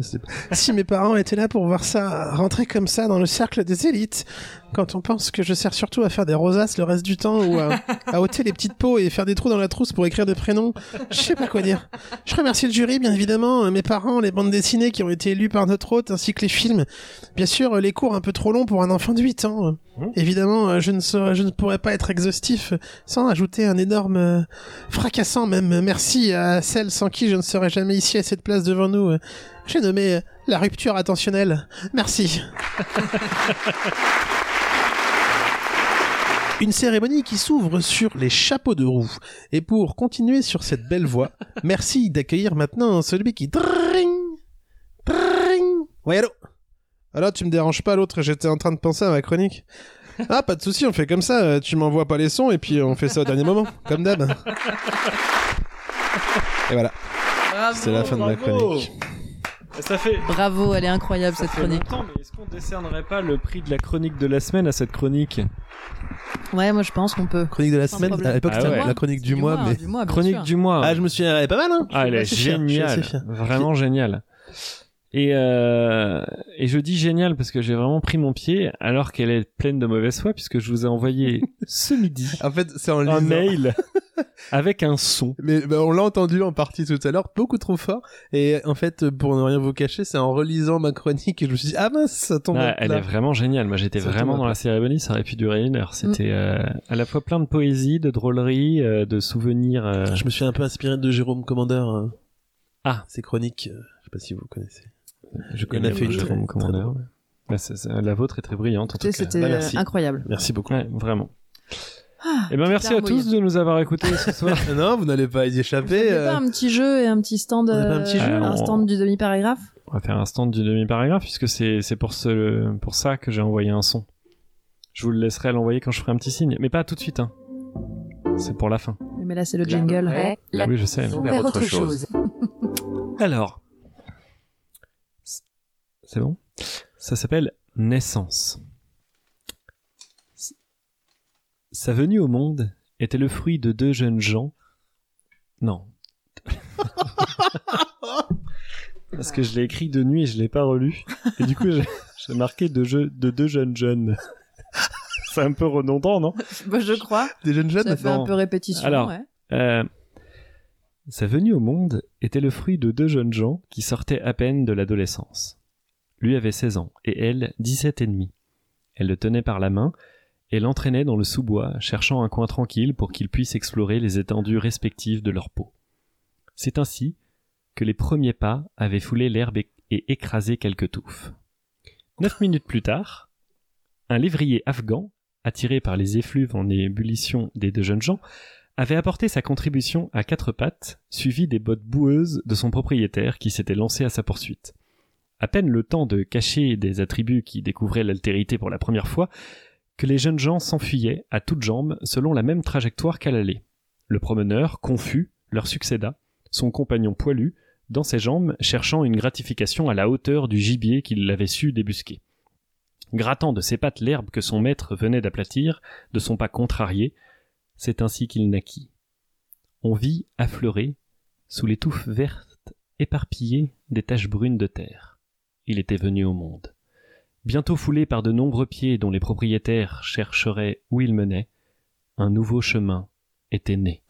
S1: si mes parents étaient là pour voir ça rentrer comme ça dans le cercle des élites, quand on pense que je sers surtout à faire des rosaces le reste du temps ou à, à ôter les petites peaux et faire des trous dans la trousse pour écrire des prénoms, je sais pas quoi dire. Je remercie le jury, bien évidemment, euh, mes parents, les bandes dessinées qui ont été élues par notre hôte, ainsi que les films. Bien sûr, euh, les cours un peu trop longs pour un enfant de 8 ans. euh. Évidemment, euh, je ne, saurais- je ne pourrais pas être exhaustif euh, sans ajouter un énorme, euh, fracassant même, euh, merci à celle sans qui je ne serais jamais ici à cette place devant nous. euh. J'ai nommé euh, la rupture attentionnelle. Merci. Une cérémonie qui s'ouvre sur les chapeaux de roue. Et pour continuer sur cette belle voie, merci d'accueillir maintenant celui qui... Tring, tring. Ouais, allô Alors, tu me déranges pas, l'autre, j'étais en train de penser à ma chronique. Ah, pas de souci, on fait comme ça, euh, tu m'envoies pas les sons et puis on fait ça au dernier moment, comme d'hab. Et voilà, c'est la fin de ma chronique.
S6: Ça fait.
S5: Bravo, elle est incroyable cette
S6: ça fait
S5: chronique.
S6: longtemps, mais est-ce qu'on décernerait pas le prix de la chronique de la semaine à cette chronique
S5: Ouais, moi je pense qu'on peut.
S1: Chronique de la
S5: Sans
S1: semaine,
S5: problème.
S1: à l'époque
S6: Ah
S1: c'était
S6: ouais.
S1: la chronique du, mois, mais...
S5: Du mois, bien
S6: Chronique
S5: sûr.
S6: du mois.
S1: Ah, je me suis elle est pas mal, hein
S6: Ah, elle est
S1: Je suis assez fier, je suis
S6: géniale.
S1: assez fier.
S6: Vraiment géniale. Et, euh, et je dis géniale parce que j'ai vraiment pris mon pied alors qu'elle est pleine de mauvaise foi puisque je vous ai envoyé ce midi
S8: En fait, c'est en lisant.
S6: un mail avec un son.
S8: Mais bah, on l'a entendu en partie.
S1: parti tout à l'heure, beaucoup trop fort. Et en fait, pour ne rien vous cacher, c'est en relisant ma chronique que je me suis dit, ah mince, ça tombe.
S6: Ah,
S1: à
S6: elle
S1: plat.
S6: est vraiment géniale. Moi, j'étais
S1: Ça tombe
S6: vraiment
S1: à Mm.
S6: dans la cérémonie. Ça aurait pu durer une heure. C'était euh, à la fois plein de poésie, de drôlerie, euh, de souvenirs. euh,
S1: Je me suis un peu inspiré de Jérôme Commandeur. euh,
S6: Ah.
S1: Ses chroniques, euh, je sais pas si vous connaissez.
S6: Je
S1: connais
S6: fait
S1: pas Jérôme Commandeur.
S6: Bah, la vôtre est très brillante en tout
S5: C'était-
S6: cas.
S5: C'était
S1: bah, merci.
S5: incroyable.
S1: Merci beaucoup.
S6: Ouais, vraiment.
S5: Ah,
S6: Eh ben merci à
S5: larmes aux
S6: tous de nous avoir écoutés ce soir.
S1: non, vous n'allez pas y
S5: Vous aviez
S1: échapper.
S5: pas
S1: euh.
S5: un petit jeu et un petit stand,
S1: On a pas un
S5: euh,
S1: petit
S6: jeu
S5: un
S6: On-
S5: stand du demi-paragraphe
S6: On va faire un stand du demi-paragraphe puisque c'est c'est pour ce pour ça que j'ai envoyé un son. Je vous le laisserai l'envoyer quand je ferai un petit signe, mais pas tout de suite. Hein. C'est pour la fin.
S5: Oui, Mais là, c'est le
S10: Là,
S5: jingle.
S10: ouais, là,
S6: Oui, je sais.
S10: on
S6: mais-
S10: va faire autre chose.
S6: Alors, c'est bon. Ça s'appelle naissance. Sa venue au monde était le fruit de deux jeunes gens. Non. Parce que je l'ai écrit de nuit et je l'ai pas relu. Et du coup, j'ai j'ai marqué de, jeu, de deux jeunes jeunes. C'est un peu redondant, non
S5: Bah, je crois.
S1: Des jeunes jeunes
S5: Ça fait
S1: non.
S5: un peu répétition.
S6: Alors,
S5: ouais.
S6: Euh, sa venue au monde était le fruit de deux jeunes gens qui sortaient à peine de l'adolescence. Lui avait 16 ans et elle 17 et demi. Elle le tenait par la main et l'entraînait dans le sous-bois, cherchant un coin tranquille pour qu'ils puissent explorer les étendues respectives de leur peau. C'est ainsi que les premiers pas avaient foulé l'herbe et et écrasé quelques touffes. Neuf minutes plus tard, un lévrier afghan, attiré par les effluves en ébullition des deux jeunes gens, avait apporté sa contribution à quatre pattes, suivie des bottes boueuses de son propriétaire qui s'était lancé à sa poursuite. À peine le temps de cacher des attributs qui découvraient l'altérité pour la première fois, que les jeunes gens s'enfuyaient à toutes jambes selon la même trajectoire qu'à l'aller. Le promeneur, confus, leur succéda, son compagnon poilu, dans ses jambes, cherchant une gratification à la hauteur du gibier qu'il avait su débusquer. Grattant de ses pattes l'herbe que son maître venait d'aplatir, de son pas contrarié, c'est ainsi qu'il naquit. On vit affleurer, sous les touffes vertes éparpillées des taches brunes de terre. Il était venu au monde. Bientôt foulé par de nombreux pieds dont les propriétaires chercheraient où il menait, un nouveau chemin était né.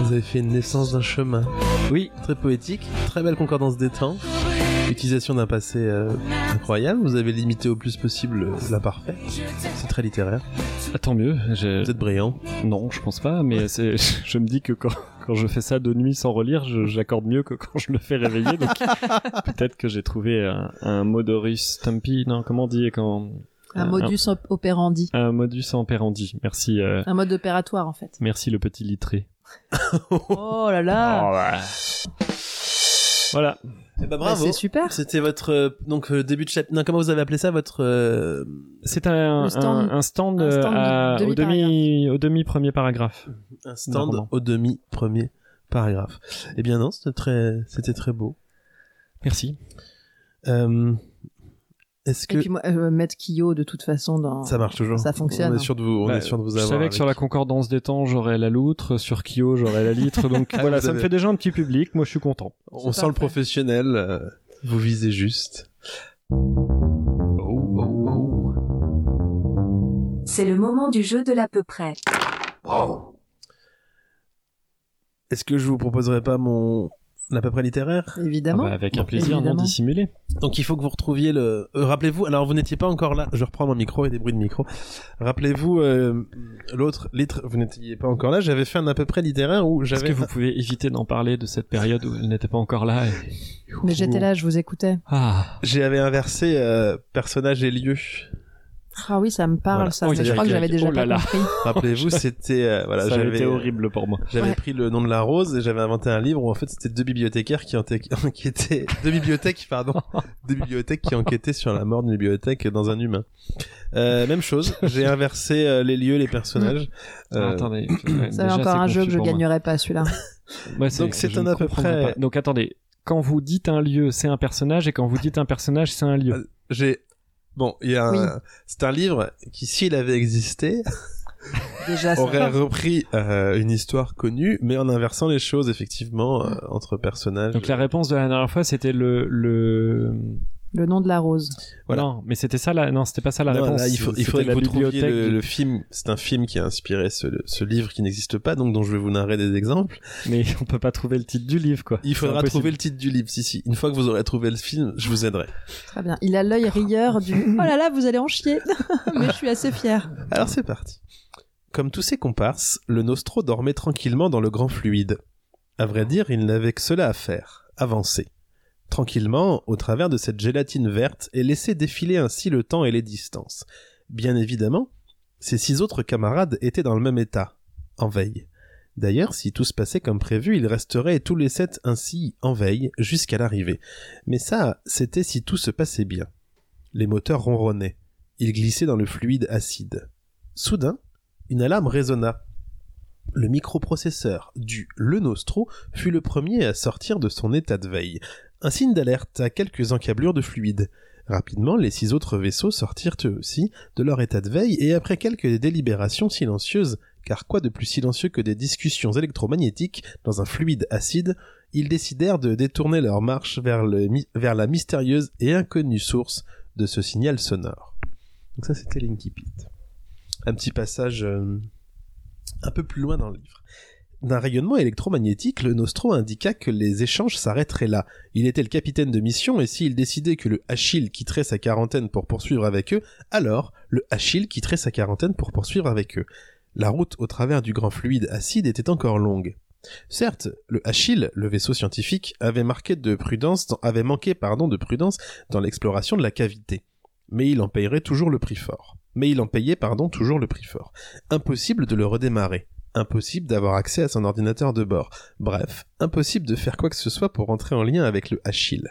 S1: Vous avez fait une naissance d'un chemin.
S6: Oui,
S1: Très poétique, très belle concordance des temps. Utilisation d'un passé euh, incroyable, vous avez limité au plus possible euh, la parfaite. C'est très littéraire.
S6: Ah, tant mieux. je-
S1: Vous êtes brillant.
S6: Non, je pense pas, mais c'est- je me dis que quand, quand je fais ça de nuit sans relire, je- j'accorde mieux que quand je le fais réveiller. Donc peut-être que j'ai trouvé un, un modorus stampi. Non, comment on dit quand
S5: Un modus op- operandi.
S6: Un, modus operandi. Merci, euh,
S5: Un mode opératoire, en fait.
S6: merci le petit littré.
S5: Oh là là
S6: Oh, bah. Voilà.
S1: Eh ben,
S5: Bah,
S1: bravo.
S5: C'est super.
S1: C'était votre euh, donc euh, début de chapitre. Non, comment vous avez appelé ça votre euh,
S6: C'est un,
S5: Le stand-
S6: un, un stand,
S5: un stand
S6: euh, à-
S5: demi-
S6: au demi au demi premier paragraphe.
S1: un stand
S6: Normand.
S1: au demi premier paragraphe Eh bien non, c'était très c'était très beau.
S6: Merci.
S1: Euh, Est-ce
S5: Et
S1: que
S5: puis, moi, euh, mettre Kyo, de toute façon, dans...
S1: ça marche toujours
S5: ça fonctionne,
S1: On est
S5: hein.
S1: sûr de vous on
S6: Bah,
S1: est sûr de vous
S6: Je
S1: avoir.
S6: savais que
S1: avec.
S6: sur la concordance des temps, j'aurais la loutre, sur Kyo, j'aurais la litre. Donc
S1: Ah,
S6: voilà,
S1: vous
S6: ça me
S1: avez-
S6: fait déjà un petit public. Moi, je suis content.
S1: On sent le professionnel. euh, vous visez juste.
S6: Oh,
S10: C'est le moment du jeu de l'à peu près.
S4: Bravo.
S1: Est-ce que je vous proposerai pas mon à peu près littéraire
S5: évidemment.
S6: Ah bah, avec un
S5: Donc,
S6: plaisir non
S5: évidemment.
S6: dissimulé.
S1: Donc il faut que vous retrouviez le. euh, Rappelez-vous, alors vous n'étiez pas encore là, je reprends mon micro et des bruits de micro. Rappelez-vous, euh, l'autre litre, vous n'étiez pas encore là, j'avais fait un à peu près littéraire où
S6: Est-ce
S1: j'avais.
S6: que vous pouvez éviter d'en parler de cette période où elle n'était pas encore là et-
S5: Mais j'étais là, je vous écoutais.
S6: Ah,
S1: J'avais inversé euh, personnage et lieu.
S5: Ah oui, ça me parle,
S1: Voilà.
S5: ça.
S6: Oh,
S5: mais
S6: il y
S5: je
S6: a
S5: crois que
S6: quelqu'un
S5: j'avais
S6: qui-
S5: déjà
S6: oh là
S5: pas
S6: là.
S5: compris.
S1: Rappelez-vous, c'était euh, voilà,
S6: ça a été
S1: j'avais
S6: horrible pour moi.
S1: J'avais
S5: Ouais.
S1: pris le nom de la rose et j'avais inventé un livre où en fait c'était deux bibliothécaires qui, enquê- qui étaient deux bibliothèques pardon deux bibliothèques qui enquêtaient sur la mort d'une bibliothèque dans un humain. Euh, même chose, j'ai inversé euh, les lieux, les personnages.
S6: Ah,
S1: Euh,
S6: attendez.
S5: Ça va encore un jeu que je gagnerais pas, celui-là.
S1: Donc, c'est
S6: je
S1: un
S6: ne
S1: à peu
S6: comprendrai
S1: près-
S6: pas. Donc attendez, quand vous dites un lieu, c'est un personnage, et quand vous dites un personnage, c'est un lieu.
S1: Euh, j'ai bon, il y a un-
S5: Oui. Ah,
S1: c'est un livre qui s'il avait existé
S5: Déjà, ça.
S1: aurait repris euh, une histoire connue mais en inversant les choses
S5: Mm.
S1: effectivement euh, entre personnages.
S6: Donc la réponse de la dernière fois, c'était le le.
S5: Le nom de la rose.
S1: Voilà.
S6: Non, mais c'était ça la. Non, c'était pas ça la
S1: Non,
S6: réponse.
S1: là, il, faut, il
S6: C'était
S1: faudrait
S6: la
S1: que vous trouviez
S6: bibliothèque
S1: le,
S6: du-
S1: le film. C'est un film qui a inspiré ce, ce livre qui n'existe pas, donc dont je vais vous narrer des exemples.
S6: Mais on peut pas trouver le titre du livre, quoi.
S1: Il
S6: C'est
S1: faudra
S6: impossible.
S1: trouver le titre du livre. Si, si. Une fois que vous aurez trouvé le film, je vous aiderai.
S5: Très bien. Il a
S6: Ah.
S5: l'œil rieur du Oh là là, vous allez en chier. Mais je suis assez fière.
S1: Alors c'est parti. Comme tous ses comparses, le Nostro dormait tranquillement dans le grand fluide. À vrai dire, il n'avait que cela à faire, avancer. Tranquillement, au travers de cette gélatine verte, et laisser défiler ainsi le temps et les distances. Bien évidemment, ses six autres camarades étaient dans le même état, en veille. D'ailleurs, si tout se passait comme prévu, ils resteraient tous les sept ainsi en veille jusqu'à l'arrivée. Mais ça, c'était si tout se passait bien. Les moteurs ronronnaient. Ils glissaient dans le fluide acide. Soudain, une alarme résonna. Le microprocesseur du Le Nostro fut le premier à sortir de son état de veille. Un signe d'alerte à quelques encablures de fluide. Rapidement, les six autres vaisseaux sortirent eux aussi de leur état de veille et après quelques délibérations silencieuses, car quoi de plus silencieux que des discussions électromagnétiques dans un fluide acide, ils décidèrent de détourner leur marche vers, le mi- vers la mystérieuse et inconnue source de ce signal sonore. Donc ça c'était l'Inkipit. Un petit passage euh, un peu plus loin dans le livre. D'un rayonnement électromagnétique, le Nostro indiqua que les échanges s'arrêteraient là. Il était le capitaine de mission et s'il décidait que le Achille quitterait sa quarantaine pour poursuivre avec eux, alors le Achille quitterait sa quarantaine pour poursuivre avec eux. La route au travers du grand fluide acide était encore longue. Certes, le Achille, le vaisseau scientifique, avait, marqué de prudence dans- avait manqué pardon, de prudence dans l'exploration de la cavité, mais il en payerait toujours le prix fort. Mais il en payait pardon, toujours le prix fort. Impossible de le redémarrer. Impossible d'avoir accès à son ordinateur de bord. Bref, impossible de faire quoi que ce soit pour entrer en lien avec le Achille.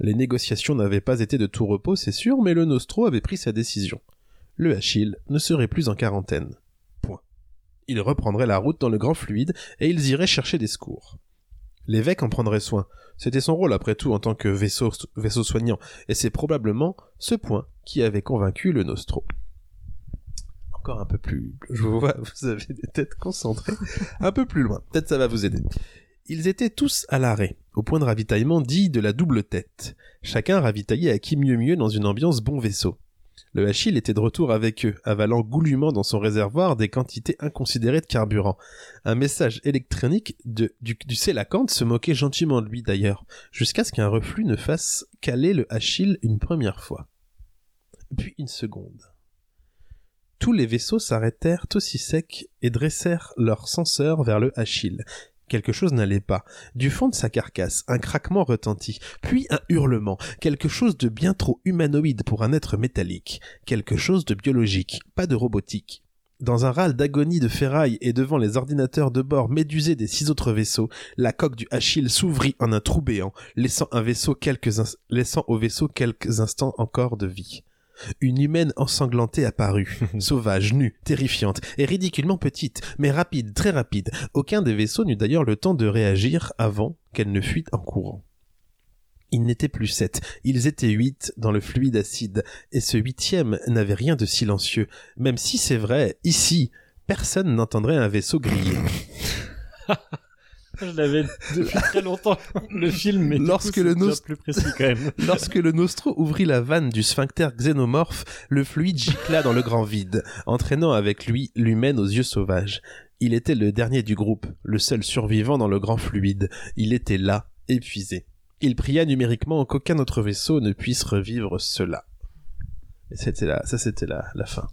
S1: Les négociations n'avaient pas été de tout repos, c'est sûr, mais le Nostro avait pris sa décision. Le Achille ne serait plus en quarantaine. Point. Ils reprendraient la route dans le grand fluide et ils iraient chercher des secours. L'évêque en prendrait soin. C'était son rôle après tout en tant que vaisseau, vaisseau soignant, et c'est probablement ce point qui avait convaincu le Nostro. Encore un peu plus. Je vous vois, vous avez des têtes concentrées. Un peu plus loin. Peut-être ça va vous aider. Ils étaient tous à l'arrêt, au point de ravitaillement dit de la double tête. Chacun ravitaillé à qui mieux mieux dans une ambiance bon vaisseau. Le Achille était de retour avec eux, avalant goulûment dans son réservoir des quantités inconsidérées de carburant. Un message électronique de- du, du Sélacanthe se moquait gentiment de lui d'ailleurs, jusqu'à ce qu'un reflux ne fasse caler le Achille une première fois. Puis une seconde. Tous les vaisseaux s'arrêtèrent aussi secs et dressèrent leurs censeurs vers le Achille. Quelque chose n'allait pas. Du fond de sa carcasse, un craquement retentit, puis un hurlement, quelque chose de bien trop humanoïde pour un être métallique, quelque chose de biologique, pas de robotique. Dans un râle d'agonie de ferraille et devant les ordinateurs de bord médusés des six autres vaisseaux, la coque du Achille s'ouvrit en un trou béant, laissant, un vaisseau quelques ins- laissant au vaisseau quelques instants encore de vie. Une humaine ensanglantée apparut, sauvage, nue, terrifiante et ridiculement petite, mais rapide, très rapide. Aucun des vaisseaux n'eut d'ailleurs le temps de réagir avant qu'elle ne fuit en courant. Ils n'étaient plus sept, ils étaient huit dans le fluide acide, et ce huitième n'avait rien de silencieux, même si c'est vrai, ici, personne n'entendrait un vaisseau griller.
S6: Je l'avais depuis très longtemps, le film, mais du coup,
S1: Lorsque
S6: c'est
S1: le
S6: bien
S1: nous-
S6: plus précis quand même.
S1: Lorsque le Nostro ouvrit la vanne du sphincter xénomorphe, le fluide gicla dans le grand vide, entraînant avec lui l'humaine aux yeux sauvages. Il était le dernier du groupe, le seul survivant dans le grand fluide. Il était là, épuisé. Il pria numériquement qu'aucun autre vaisseau ne puisse revivre cela. Et c'était là, ça c'était la, la fin.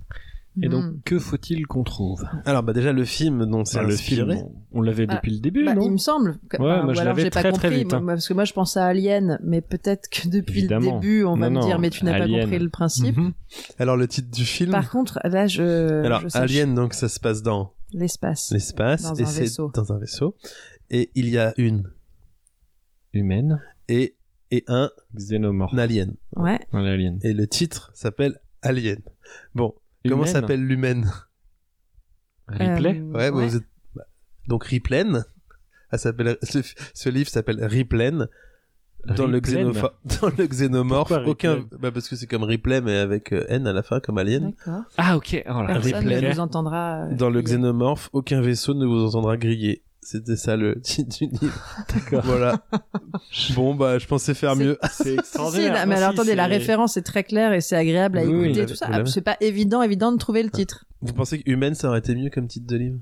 S6: Et
S5: Hmm.
S6: donc, que faut-il qu'on trouve
S1: Alors bah déjà le film dont c'est
S6: Enfin, le film,
S1: inspiré.
S6: on, on l'avait
S5: Bah,
S6: depuis le début,
S5: Bah, il
S6: non
S5: me semble. que-
S6: Ouais,
S5: enfin,
S6: moi,
S5: ou
S6: je
S5: alors
S6: l'avais
S5: j'ai pas
S6: très,
S5: compris.
S6: très vite, hein.
S5: moi, parce que moi je pense à Alien, mais peut-être que depuis
S6: Évidemment.
S5: le début on va
S6: Non,
S5: me dire
S6: non,
S5: mais tu n'as
S6: Alien.
S5: pas compris le principe.
S1: Mhm. Alors le titre du film.
S5: Par contre là je.
S1: Alors
S5: je sache
S1: Alien donc ça se passe dans
S5: L'espace.
S1: l'espace
S5: Dans
S1: et
S5: un
S1: c'est
S5: vaisseau.
S1: dans un vaisseau et il y a une
S6: Humaine,
S1: et et un
S6: xénomorphe,
S1: alien
S5: Ouais.
S6: dans l'alien.
S1: et le titre s'appelle Alien. Bon, comment
S6: Humaine,
S1: s'appelle l'humaine
S6: Ripley
S5: Euh,
S1: Ouais, bah, vous êtes bah, donc Riplaine. Elle s'appelle ce, ce livre s'appelle Riplaine dans le
S6: Riplaine.
S1: xénopho- dans le xénomorphe
S6: Pourquoi
S1: aucun
S6: Riplaine
S1: bah, parce que c'est comme Ripley mais avec euh, n à la fin comme Alien.
S5: D'accord.
S6: Ah, ok. Oh là,
S5: Personne
S1: Ripley.
S5: ne nous entendra. euh,
S1: Dans le
S5: crier.
S1: xénomorphe, aucun vaisseau ne vous entendra griller. C'était ça le titre du livre.
S6: D'accord.
S1: Voilà. bon bah je pensais faire
S5: C'est-
S1: mieux.
S6: c'est
S5: Si, si,
S6: extraordinaire.
S5: la- mais
S6: Ah,
S5: alors
S6: si,
S5: attendez, la
S6: c'est-
S5: référence est très claire et c'est agréable à
S6: Oui, oui,
S5: écouter
S1: vous
S5: tout ça.
S1: l'avez- vous
S5: Ah, c'est pas évident, évident de trouver le titre.
S1: Vous pensez que humaine ça aurait été mieux comme titre de livre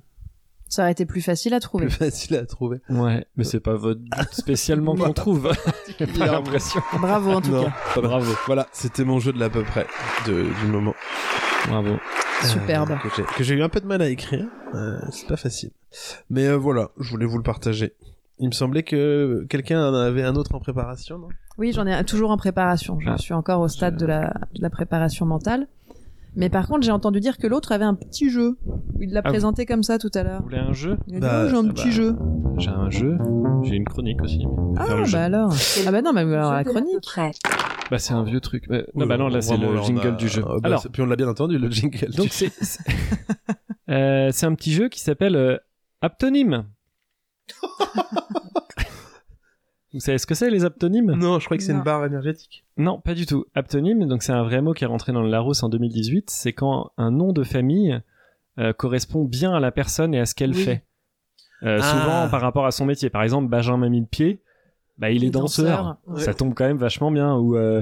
S5: Ça aurait été plus facile à trouver.
S1: Plus facile à trouver.
S6: Ouais, mais c'est pas votre but spécialement qu'on trouve. J'ai pas l'impression.
S5: Bravo en tout
S1: Non,
S5: cas.
S1: pas mal.
S6: Bravo.
S1: Voilà, c'était mon jeu de l'à peu près de- du moment. Euh,
S6: Bravo.
S5: Superbe.
S1: que j'ai- que j'ai eu un peu de mal à écrire. Euh, c'est pas facile. Mais euh, voilà, je voulais vous le partager. Il me semblait que quelqu'un en avait un autre en préparation, non
S5: Oui, j'en ai un- toujours en préparation. Je
S6: Ah.
S5: suis encore au stade
S6: Je-
S5: de la, de la préparation mentale. Mais par contre, j'ai entendu dire que l'autre avait un petit jeu. Il l'a
S6: Ah,
S5: présenté comme ça tout à l'heure.
S6: Vous voulez un jeu
S5: Il a dit,
S1: Bah,
S5: oh, j'ai un
S6: bah,
S5: petit jeu.
S6: J'ai un jeu, j'ai une chronique aussi. mais on peut faire
S5: Ah,
S6: le jeu.
S5: bah alors. Ah, bah non, mais alors
S10: Jeu
S5: la
S10: de
S5: chronique.
S10: l'à-peu-près.
S6: Bah, c'est un vieux truc. Euh, non, bah non, là c'est
S1: Vraiment,
S6: le
S1: on
S6: jingle
S1: a-
S6: du jeu.
S1: Ah, bah,
S6: alors,
S1: c'est- puis on l'a bien entendu, le jingle.
S6: donc
S1: du...
S6: c'est c'est- Euh, c'est un petit jeu qui s'appelle euh, Aptonyme. Vous savez ce que c'est les aptonymes
S1: Non, je crois que c'est
S5: Non.
S1: une barre énergétique.
S6: Non, pas du tout. Aptonyme, donc c'est un vrai mot qui est rentré dans le Larousse en 2018, c'est quand un nom de famille euh, correspond bien à la personne et à ce qu'elle
S5: Oui.
S6: fait. Euh,
S1: Ah.
S6: Souvent par rapport à son métier. Par exemple, Benjamin Millepied, bah, il est danseur.
S5: Ouais.
S6: Ça tombe quand même vachement bien. Ou euh,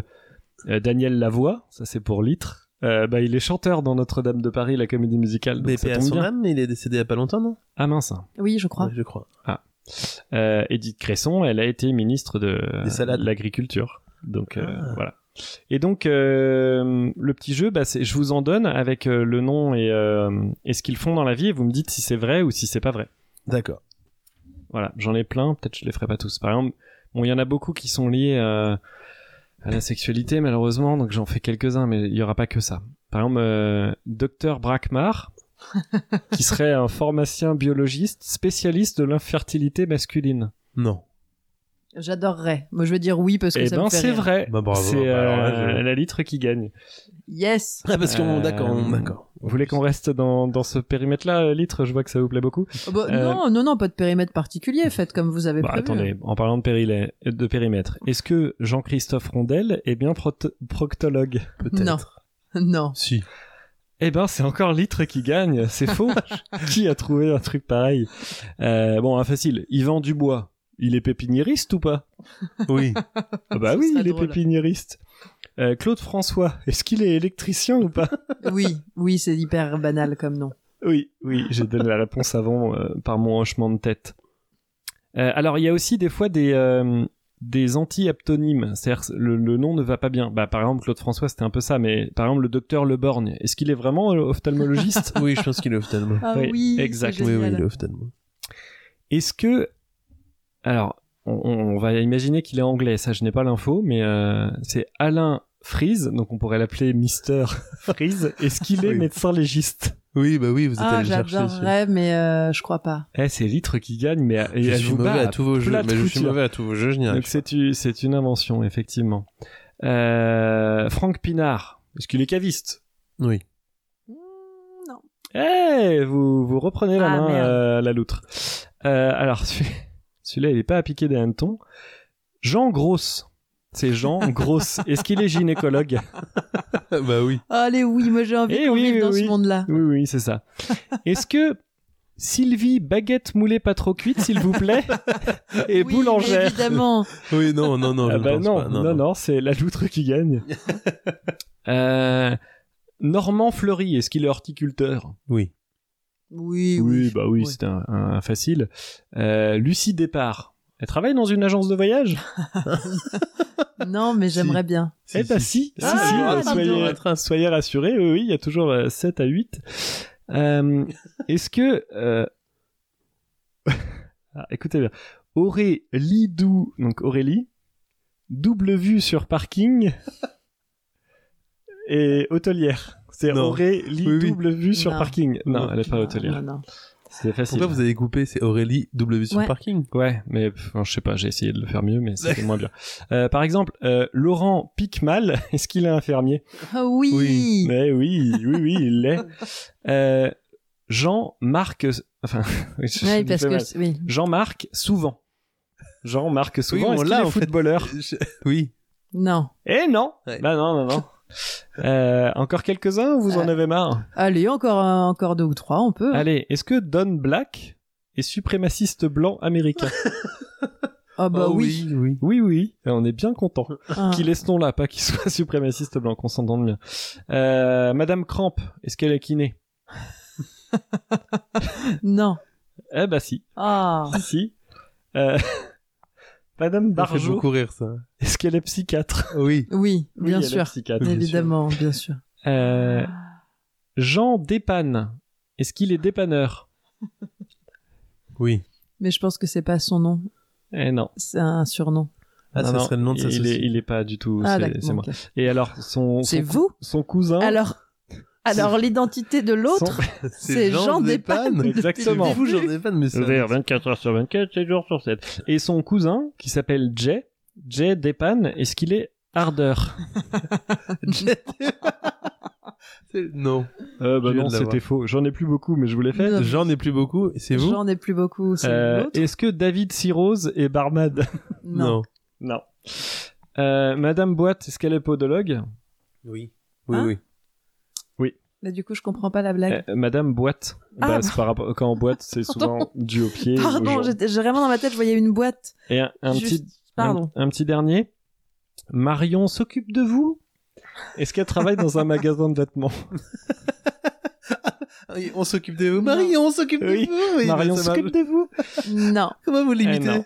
S6: euh, Daniel Lavoie, ça c'est pour Litre. Euh, bah, il est chanteur dans Notre-Dame de Paris, la comédie musicale. Donc
S1: Mais
S6: ça
S1: paix à
S6: tombe
S1: son
S6: bien.
S1: âme, il est décédé il y a pas longtemps, non
S6: Ah mince.
S5: Oui, je crois.
S1: Ouais, Je crois.
S6: Euh, Edith Cresson, elle a été ministre de
S1: Des salades.
S6: de l'agriculture. Donc euh,
S1: Ah.
S6: voilà. Et donc euh, le petit jeu, bah, c'est- je vous en donne avec euh, le nom et, euh, et ce qu'ils font dans la vie et vous me dites si c'est vrai ou si c'est pas vrai.
S1: D'accord.
S6: Voilà, j'en ai plein, peut-être je les ferai pas tous. Par exemple, bon, il y en a beaucoup qui sont liés euh, à la sexualité malheureusement, donc j'en fais quelques-uns, mais il y aura pas que ça. Par exemple, euh, Dr Brackmar, qui serait un pharmacien biologiste spécialiste de l'infertilité masculine.
S1: Non.
S5: J'adorerais. Moi, je veux dire oui parce que
S6: Eh
S5: ça
S6: ben,
S5: me fait
S6: c'est
S5: rire.
S6: vrai.
S1: Bah, bravo.
S6: C'est
S1: Bah, alors là,
S6: euh,
S1: je-
S6: la litre qui gagne.
S5: Yes.
S1: Ah, parce qu'on.
S6: Euh,
S1: D'accord, on- d'accord.
S6: Vous voulez qu'on reste dans, dans ce périmètre-là, euh, litre Je vois que ça vous plaît beaucoup.
S5: Oh, bah,
S6: Euh,
S5: Non, non, non, pas de périmètre particulier. Faites comme vous avez
S6: Bah,
S5: prévu. hein.
S6: attendez, en parlant de, périle- de périmètre, est-ce que Jean-Christophe Rondel est bien proto- proctologue
S1: Peut-être.
S5: Non. Non.
S1: Si.
S6: Eh ben, c'est encore litre qui gagne. C'est faux. qui a trouvé un truc pareil Euh, Bon, un facile. Yvan Dubois, il est pépiniériste ou pas
S1: Oui.
S6: Ah Bah
S5: Ce
S6: oui,
S5: serait
S6: il est
S5: drôle.
S6: pépiniériste. Euh, Claude François, est-ce qu'il est électricien ou pas
S5: Oui, oui, c'est hyper banal comme nom.
S6: Oui, oui, j'ai donné la réponse avant euh, par mon hochement de tête. Euh, alors, il y a aussi des fois des, euh, des anti-aptonymes, c'est-à-dire le, le nom ne va pas bien. Bah, par exemple, Claude François, c'était un peu ça, mais par exemple, le docteur Le Borgne, est-ce qu'il est vraiment euh, ophtalmologiste
S1: Oui, je pense qu'il est ophtalmo.
S5: Ah
S6: Oui, oui, c'est exact.
S1: Oui, oui, il est ophtalmo.
S6: Est-ce que... Alors, on, on va imaginer qu'il est anglais, ça je n'ai pas l'info, mais euh, c'est Alain Frise, donc on pourrait l'appeler Mister Frise. Est-ce qu'il est
S1: Oui.
S6: médecin légiste
S1: Oui, bah oui, vous êtes
S5: Ah,
S1: allé chercher. celui-là.
S5: j'adorerais, mais euh, je crois pas.
S6: Eh, c'est Litre qui gagne, mais et
S1: Je
S6: elle
S1: suis
S6: vous bat
S1: mauvais à tous vos jeux,
S6: plat
S1: mais je suis
S6: couture.
S1: mauvais à tous vos jeux, je n'y arrive
S6: Donc c'est une, c'est une invention, effectivement. Euh, Franck Pinard, est-ce qu'il est caviste
S1: pas. Oui.
S5: Hmm, non.
S6: Eh, vous, vous reprenez la
S5: Ah,
S6: main
S5: merde.
S6: euh, la loutre. Euh, alors, celui- celui-là, il n'est pas à piquer des hannetons. Jean Grosse. C'est Jean Grosse. Est-ce qu'il est gynécologue
S1: bah oui.
S5: Allez, oui, moi j'ai envie
S6: Eh
S5: de
S6: oui,
S5: vivre
S6: oui,
S5: dans
S6: oui.
S5: ce monde-là.
S6: Oui, oui, c'est ça. Est-ce que Sylvie, baguette moulée pas trop cuite, s'il vous plaît, et
S5: Oui,
S6: boulangère
S5: Évidemment.
S1: Oui, non, non, non, je
S6: Ah
S1: ne
S6: bah
S1: pense
S6: non,
S1: pas.
S6: non, non, c'est la loutre qui gagne. Euh, Normand Fleury, est-ce qu'il est horticulteur
S1: Oui.
S5: Eh Oui, oui.
S6: bah oui,
S5: Ouais.
S6: c'est un, un facile. Euh, Lucie Départ, elle travaille dans une agence de voyage
S5: Non, mais j'aimerais bien.
S6: Eh bah si, si, si,
S5: Ah,
S6: euh,
S5: pardon.
S6: soyez, soyez rassurés, oui, oui, il y a toujours euh, 7 à 8. Euh, est-ce que... euh, ah, écoutez bien, Aurélie Dou, donc Aurélie, double vue sur parking et hôtelière. C'est
S1: Non.
S6: Aurélie,
S1: Oui, oui.
S6: double vue sur
S5: Non.
S6: parking. Non, elle n'est pas
S5: Non,
S6: hôtelière.
S5: non, non.
S6: C'est facile.
S1: Pourquoi vous avez coupé C'est Aurélie W sur
S5: Ouais.
S1: parking.
S6: Ouais, mais pff, je sais pas, j'ai essayé de le faire mieux, mais c'était moins bien. Euh, par exemple, euh, Laurent Piquemal, est-ce qu'il est infirmier
S5: Ah oui.
S6: Mais oui, oui, oui, il l'est. Euh, Jean-Marc... Enfin, oui, je- je
S5: Oui,
S6: dis
S5: parce
S6: pas mal.
S5: que oui.
S6: Jean-Marc Souvent. Jean-Marc Souvent,
S1: on
S6: est-ce qu'il
S1: l'a,
S6: est
S1: en fait.
S6: footballeur
S1: Je- Oui.
S5: Non.
S6: Eh non
S1: Ouais.
S6: Bah non, non, non. Euh, encore quelques-uns ou vous en
S5: Euh,
S6: avez marre
S5: Allez, encore un- encore deux ou trois, on peut. hein.
S6: Allez, est-ce que Don Black est suprémaciste blanc américain
S5: Ah bah
S1: Oh
S5: oui.
S1: oui.
S6: Oui, oui, on est bien content.
S5: Ah.
S6: qu'il ait ce nom-là, pas qu'il soit suprémaciste blanc, qu'on s'entende bien. Euh, Madame Cramp, est-ce qu'elle est kiné
S5: Non.
S6: Eh bah si,
S5: Ah.
S6: si. Euh, Madame
S1: Ça fait
S6: Barjot,
S1: beaucoup rire, ça. Oh
S6: est-ce qu'elle est psychiatre
S1: Oui.
S5: Oui,
S6: Oui,
S5: bien
S6: elle est
S5: sûr.
S6: psychiatre, Ah, bien sûr.
S5: Évidemment, Ah. bien sûr.
S6: Euh, Jean Dépanne, est-ce qu'il est dépanneur
S1: Oui.
S5: Mais je pense que c'est pas son nom,
S6: Eh non.
S5: c'est un surnom.
S1: Ah,
S6: Non,
S1: ça
S6: non,
S1: serait le nom de sa
S6: il est,
S1: société.
S6: il est pas du tout,
S5: Ah
S6: c'est-
S5: d'accord.
S6: c'est moi.
S5: ok.
S6: Et alors, son,
S5: C'est
S6: son, cou-
S5: vous
S6: son cousin...
S5: Alors, alors l'identité de
S6: son-
S5: l'autre, c'est Jean Despannes. depuis le
S6: Exactement.
S5: début.
S1: Vous, Jean Despannes, mais ça...
S6: 24 heures sur 24, 7 jours sur 7. Et son cousin, qui s'appelle Jay, Jay Depan, est-ce qu'il est ardeur
S1: C'est- Non.
S6: euh,
S1: bah Je viens non, de l'avoir. c'était
S6: faux. J'en ai plus beaucoup, mais je vous l'ai
S1: Euh,
S5: fait. Non.
S1: J'en ai plus beaucoup, et c'est vous
S5: J'en ai plus beaucoup, c'est l'autre.
S6: Est-ce que David Sirose est barman
S5: Non.
S6: Euh, Non. Euh, Madame Boite, est-ce qu'elle est podologue
S1: Oui. Oui,
S5: Hein
S1: oui.
S5: Bah, du coup, je comprends pas la blague.
S6: Euh, Madame Boite.
S5: Ah,
S6: Bah,
S5: bah.
S6: c'est par rapport- Quand on boite, c'est souvent dû au pied. aux
S5: Pardon,
S6: jambes.
S5: j'étais- j'ai vraiment dans ma tête, je voyais une boîte.
S6: Et un, un
S5: Juste-
S6: petit,
S5: Pardon.
S6: Un, un petit dernier. Marion s'occupe de vous Est-ce qu'elle travaille dans un magasin de vêtements
S1: Et On s'occupe de vous, Marie, on s'occupe
S6: Oui.
S1: de vous. oui,
S6: Marion
S1: bah, ça marche.
S6: s'occupe de vous
S5: Non,
S1: Comment vous
S6: Eh
S1: l'imitez
S6: non.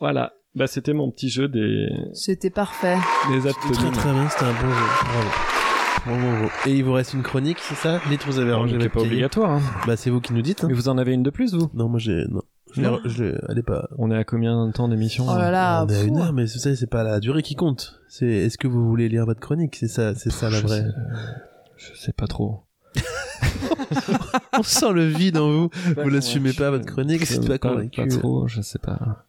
S6: Voilà. Bah, c'était mon petit jeu des,
S5: c'était parfait.
S6: des
S1: C'était Très
S6: aptonymes.
S1: très bien, c'était un bon jeu. Bravo. Bon, bon, bon. Et il vous reste une chronique, c'est ça Les trous avaient
S6: Alors,
S1: rangé
S6: qui est
S1: votre
S6: pas
S1: cahier.
S6: obligatoire. hein.
S1: Bah, c'est vous qui nous dites. hein.
S6: Mais vous en avez une de plus, vous
S1: Non, moi j'ai. Non. Ah, Je l'ai.
S6: Non.
S1: re- Je l'ai. Elle est pas.
S6: On est à combien de temps d'émission hein
S5: Oh là là.
S1: On est à
S5: fou.
S1: une heure, mais vous savez, c'est pas la durée qui compte. C'est est-ce que vous voulez lire votre chronique C'est ça, c'est ça la
S6: Je
S1: vraie.
S6: sais- Je sais pas trop.
S1: On sent le vide en vous. Vous l'assumez pas, votre chronique,
S6: Je-
S1: c'est pas
S6: pas,
S1: convaincu.
S6: pas trop, je sais pas.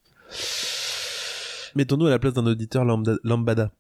S1: Mettons-nous à la place d'un auditeur lambda- lambada.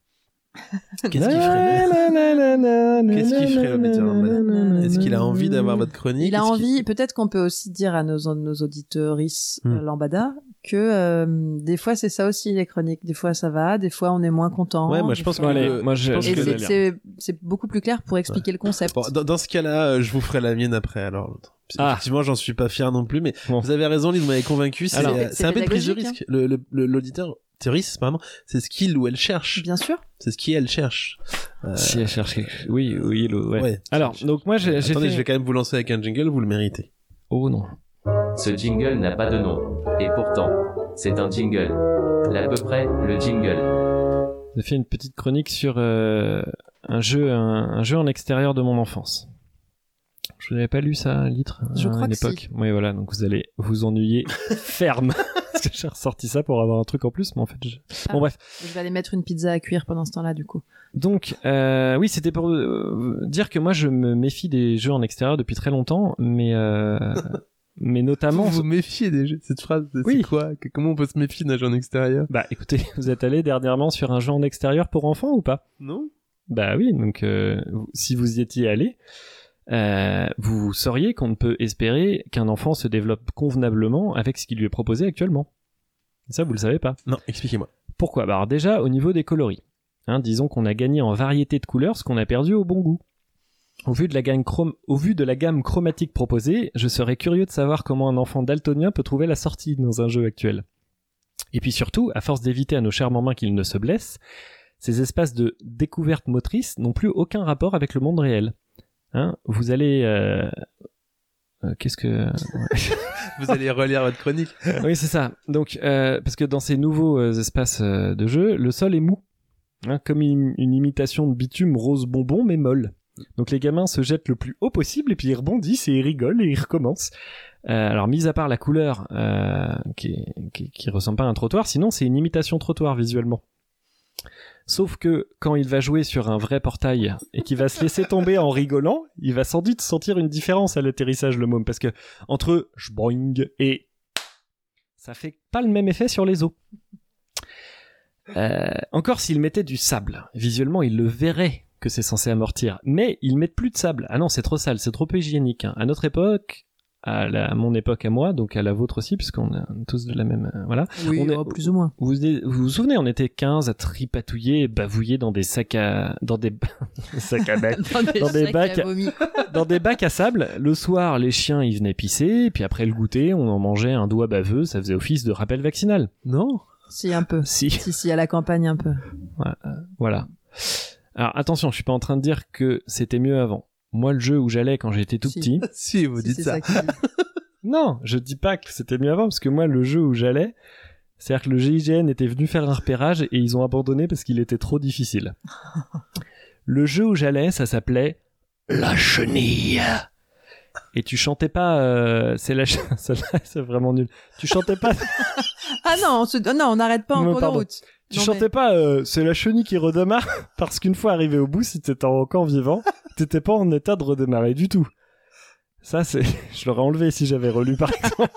S1: Qu'est-ce qu'il ferait
S6: Ah, Qu'est-ce
S1: Qu'est-ce qu'il ferait, l'auditeur lambda Est-ce qu'il a envie d'avoir votre chronique
S5: Il a
S1: Est-ce qu'il-
S5: envie, peut-être qu'on peut aussi dire à nos, nos auditeurices
S1: Hmm.
S5: euh, lambada que euh, des fois c'est ça aussi les chroniques. Des fois ça va, des fois on est moins content.
S1: Ouais, moi, Euh, je
S5: des
S1: pense
S5: fois-
S1: que-
S6: Allez, moi je,
S1: Et
S6: je
S5: Et
S6: vais
S1: que
S5: c'est-
S6: la lire.
S5: c'est- c'est beaucoup plus clair pour expliquer le concept.
S1: Bon, dans, dans ce cas-là, euh, je vous ferai la mienne après, alors l'autre.
S6: Ah.
S1: Effectivement, j'en suis pas fier non plus, mais
S6: Bon.
S1: vous avez raison, Lise, vous m'avez convaincu. C'est
S6: Alors.
S1: euh, c'est un peu une prise de
S5: pédagogique,
S1: risque. Le- le- le- L'auditeur, théoriste, pardon, c'est ce qu'il ou elle cherche.
S5: Bien sûr.
S1: C'est ce qu'il elle cherche. Euh,
S6: Si elle cherche quelque chose. Oui, oui, le- ouais.
S1: Ouais.
S6: Alors, donc moi j'ai j'ai
S1: Attendez,
S6: fait...
S1: je vais quand même vous lancer avec un jingle, vous le méritez.
S6: Oh non.
S9: Ce jingle n'a pas de nom. Et pourtant, c'est un jingle. L'à peu près, le jingle.
S6: J'ai fait une petite chronique sur euh, un, jeu, un, un jeu en extérieur de mon enfance. Je n'avais pas lu ça à Litre
S5: Je
S6: à
S5: crois
S6: une
S5: que si.
S6: époque. Oui, voilà, donc vous allez vous ennuyer ferme. Parce que j'ai ressorti ça pour avoir un truc en plus, mais en fait... je-
S5: Ah.
S6: Bon, bref.
S5: Je vais aller mettre une pizza à cuire pendant ce temps-là du coup.
S6: Donc, euh, oui, c'était pour euh, dire que moi, je me méfie des jeux en extérieur depuis très longtemps, mais, euh, mais notamment...
S1: vous méfiez des jeux. Cette phrase, c'est
S6: Oui.
S1: c'est quoi Que- Comment on peut se méfier d'un jeu en extérieur
S6: Bah, écoutez, vous êtes allé dernièrement sur un jeu en extérieur pour enfants ou pas
S1: Non
S6: Bah oui, donc euh, vous- si vous y étiez allé, euh, vous sauriez qu'on ne peut espérer qu'un enfant se développe convenablement avec ce qui lui est proposé actuellement. Ça, vous le savez pas.
S1: Non, expliquez-moi.
S6: Pourquoi bah Alors déjà, au niveau des coloris. Hein, disons qu'on a gagné en variété de couleurs ce qu'on a perdu au bon goût. Au vu, de la gamme chrom- au vu de la gamme chromatique proposée, je serais curieux de savoir comment un enfant daltonien peut trouver la sortie dans un jeu actuel. Et puis surtout, à force d'éviter à nos chers mamans qu'ils ne se blessent, ces espaces de découverte motrice n'ont plus aucun rapport avec le monde réel. Hein, vous allez... euh, euh, Qu'est-ce que...
S1: Vous allez relire votre chronique.
S6: Oui, c'est ça. Donc, euh, parce que dans ces nouveaux euh, espaces euh, de jeu, le sol est mou. Hein, comme une, une imitation de bitume rose bonbon, mais molle. Donc les gamins se jettent le plus haut possible et puis ils rebondissent et ils rigolent et ils recommencent. Euh, alors, mis à part la couleur euh, qui, est- qui, qui ressemble pas à un trottoir, sinon c'est une imitation trottoir visuellement. Sauf que quand il va jouer sur un vrai portail et qu'il va se laisser tomber en rigolant, il va sans doute sentir une différence à l'atterrissage, le môme, parce que entre boing et ça fait pas le même effet sur les os. Euh, encore s'il mettait du sable, visuellement il le verrait que c'est censé amortir, mais ils mettent plus de sable. Ah non, c'est trop sale, c'est trop peu hygiénique. hein. À notre époque, à, la- à mon époque à moi, donc à la vôtre aussi, puisqu'on est tous de la même, euh, voilà.
S5: Oui,
S6: On est-
S5: oh, plus ou moins.
S6: Vous vous, vous vous souvenez, on était 15 à tripatouiller et bavouiller dans des sacs à, dans des, sacs à bac. Dans des
S5: sacs
S6: bacs.
S5: à vomi.
S6: dans des bacs à sable. Le soir, les chiens, ils venaient pisser, puis après le goûter, on en mangeait un doigt baveux, ça faisait office de rappel vaccinal.
S1: Non
S5: Si un peu.
S6: Si.
S5: Si si à la campagne un peu.
S6: Voilà. Alors attention, je suis pas en train de dire que c'était mieux avant. Moi, le jeu où j'allais quand j'étais tout
S5: Si.
S6: petit.
S1: Si, vous
S5: Si,
S1: dites
S5: c'est
S1: ça.
S5: ça qu'il dit.
S6: Non, je dis pas que c'était mieux avant, parce que moi, le jeu où j'allais, c'est-à-dire que le GIGN était venu faire un repérage et ils ont abandonné parce qu'il était trop difficile. le jeu où j'allais, ça s'appelait La Chenille. Et tu chantais pas, euh, c'est la, ch- celle-là, c'est vraiment nul. Tu chantais pas,
S5: Ah non, on se- ah non, on n'arrête pas en
S6: Mais
S5: cours de
S6: pardon.
S5: route.
S6: Tu
S5: Non,
S6: chantais
S5: mais-
S6: pas euh, c'est la chenille qui redémarre parce qu'une fois arrivé au bout, si t'étais encore vivant, t'étais pas en état de redémarrer du tout. Ça, c'est, je l'aurais enlevé si j'avais relu par exemple.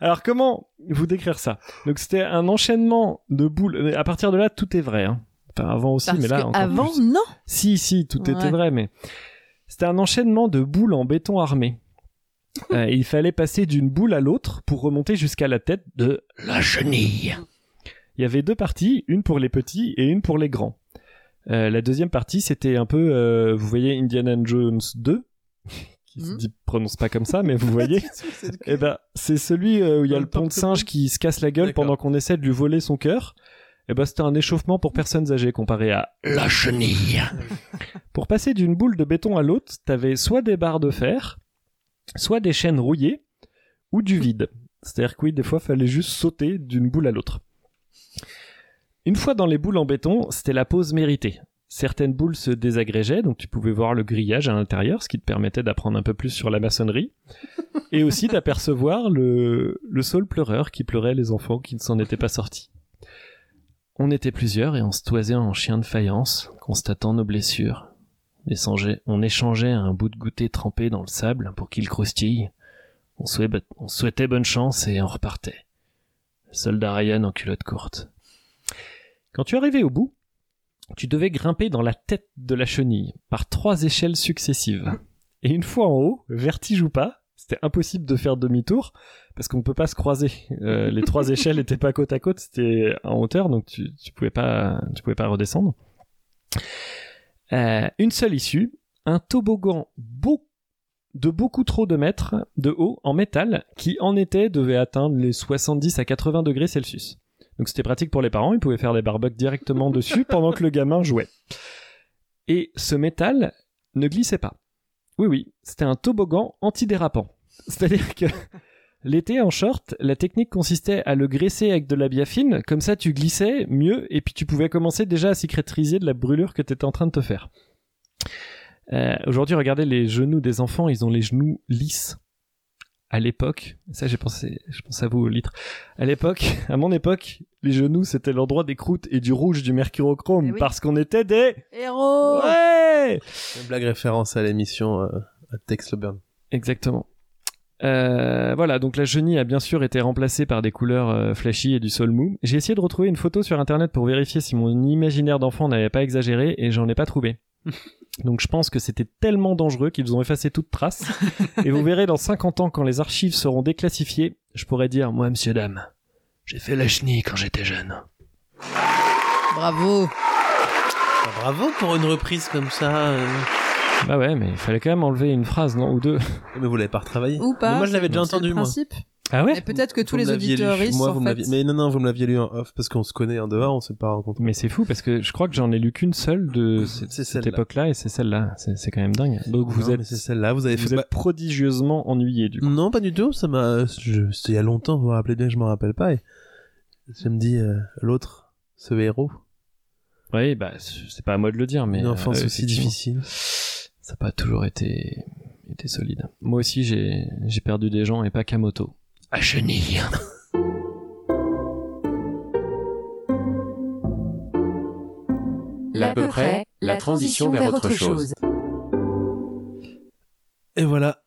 S6: Alors comment vous décrire ça Donc c'était un enchaînement de boules. À partir de là, tout est vrai. hein. Enfin, avant aussi,
S5: Parce
S6: mais là
S5: que
S6: encore
S5: avant,
S6: plus.
S5: non.
S6: Si, si, tout était
S5: Ouais.
S6: vrai, mais c'était un enchaînement de boules en béton armé. Euh, il fallait passer d'une boule à l'autre pour remonter jusqu'à la tête de la chenille. Il y avait deux parties, une pour les petits et une pour les grands. Euh, la deuxième partie, c'était un peu, euh, vous voyez, Indiana Jones 2, qui se dit- prononce pas comme ça, mais vous voyez. Eh ben, c'est celui euh, où il y a
S1: Dans
S6: le
S1: le
S6: pont de
S1: porte-clés.
S6: singe qui se casse la gueule
S1: D'accord.
S6: pendant qu'on essaie de lui voler son cœur. Eh ben, c'était un échauffement pour personnes âgées comparé à la chenille. pour passer d'une boule de béton à l'autre, t'avais soit des barres de fer, soit des chaînes rouillées, ou du vide. C'est-à-dire que oui, des fois, fallait juste sauter d'une boule à l'autre. Une fois dans les boules en béton, c'était la pause méritée. Certaines boules se désagrégeaient, donc tu pouvais voir le grillage à l'intérieur, ce qui te permettait d'apprendre un peu plus sur la maçonnerie, et aussi d'apercevoir le, le saule pleureur qui pleurait les enfants qui ne s'en étaient pas sortis. On était plusieurs et on se toisait en chien de faïence, constatant nos blessures. On échangeait- On échangeait un bout de goûter trempé dans le sable pour qu'il croustille. On souhait- on souhaitait bonne chance et on repartait. Le soldat Ryan en culotte courte. Quand tu arrivais au bout, tu devais grimper dans la tête de la chenille par trois échelles successives. Et une fois en haut, vertige ou pas, c'était impossible de faire demi-tour parce qu'on ne peut pas se croiser. Euh, les trois échelles n'étaient pas côte à côte, c'était en hauteur, donc tu tu pouvais pas, tu pouvais pas redescendre. Euh, une seule issue, un toboggan beau- de beaucoup trop de mètres de haut en métal qui en été devait atteindre les 70 à 80 degrés Celsius. Donc c'était pratique pour les parents, ils pouvaient faire des barbecues directement dessus pendant que le gamin jouait. Et ce métal ne glissait pas. Oui, oui, c'était un toboggan antidérapant. C'est-à-dire que l'été en short, la technique consistait à le graisser avec de la biafine, comme ça tu glissais mieux et puis tu pouvais commencer déjà à cicatriser de la brûlure que tu étais en train de te faire. Euh, Aujourd'hui, regardez les genoux des enfants, ils ont les genoux lisses. À l'époque, ça j'ai pensé, je pense à vous, litre. À l'époque, à mon époque, les genoux c'était l'endroit des croûtes et du rouge du mercurochrome
S5: Eh oui. Oh.
S6: parce qu'on était des
S5: Héros
S6: ouais
S1: Une blague référence à l'émission euh, à Tex Leburn.
S6: exactement. Euh, voilà, donc la chenille a bien sûr été remplacée par des couleurs euh, flashy et du sol mou. J'ai essayé de retrouver une photo sur internet pour vérifier si mon imaginaire d'enfant n'avait pas exagéré et j'en ai pas trouvé. Donc je pense que c'était tellement dangereux qu'ils ont effacé toute trace. Et vous verrez dans 50 ans, quand les archives seront déclassifiées, je pourrais dire, moi, monsieur, dame, j'ai fait la chenille quand j'étais jeune.
S5: Bravo
S1: Ah, bravo pour une reprise comme ça. euh.
S6: Bah ouais, mais il fallait quand même enlever une phrase, non Ou deux.
S1: Oh, Mais vous l'avez pas retravaillé.
S5: Ou pas
S1: Mais moi je l'avais
S5: c'est-
S1: déjà
S5: c'est le
S1: entendu moi.
S5: principe.
S6: Ah
S5: Mais peut-être que tous
S1: Vous me
S5: les
S1: l'aviez lu.
S5: auditeurs
S1: Moi, vous me
S5: en fait.
S1: l'aviez- Mais non non, vous me l'aviez lu en off parce qu'on se connaît en dehors, on s'est pas rencontrés.
S6: Mais c'est fou parce que je crois que j'en ai lu qu'une seule de c-
S1: C'est
S6: cette
S1: celle-là.
S6: époque-là et c'est celle-là. C'est c'est quand même dingue. Donc
S1: Non,
S6: vous
S1: mais
S6: êtes,
S1: c'est Mm. celle-là, vous avez
S6: vous
S1: fait
S6: êtes prodigieusement ennuyé du coup.
S1: Non, pas du tout. Ça m'a. je- C'était il y a longtemps. Vous vous rappelez bien que je m'en rappelle pas. Et je me dis euh, l'autre, ce héros,
S6: Oui, bah c'est pas à moi de le dire, mais
S1: une enfance
S6: euh,
S1: aussi
S6: effectivement,
S1: difficile.
S6: Ça n'a pas toujours été été solide. Moi aussi j'ai j'ai perdu des gens et pas qu'à moto.
S1: Ah,
S6: À chenille.
S7: L'à peu près, la transition vers autre chose.
S1: Et voilà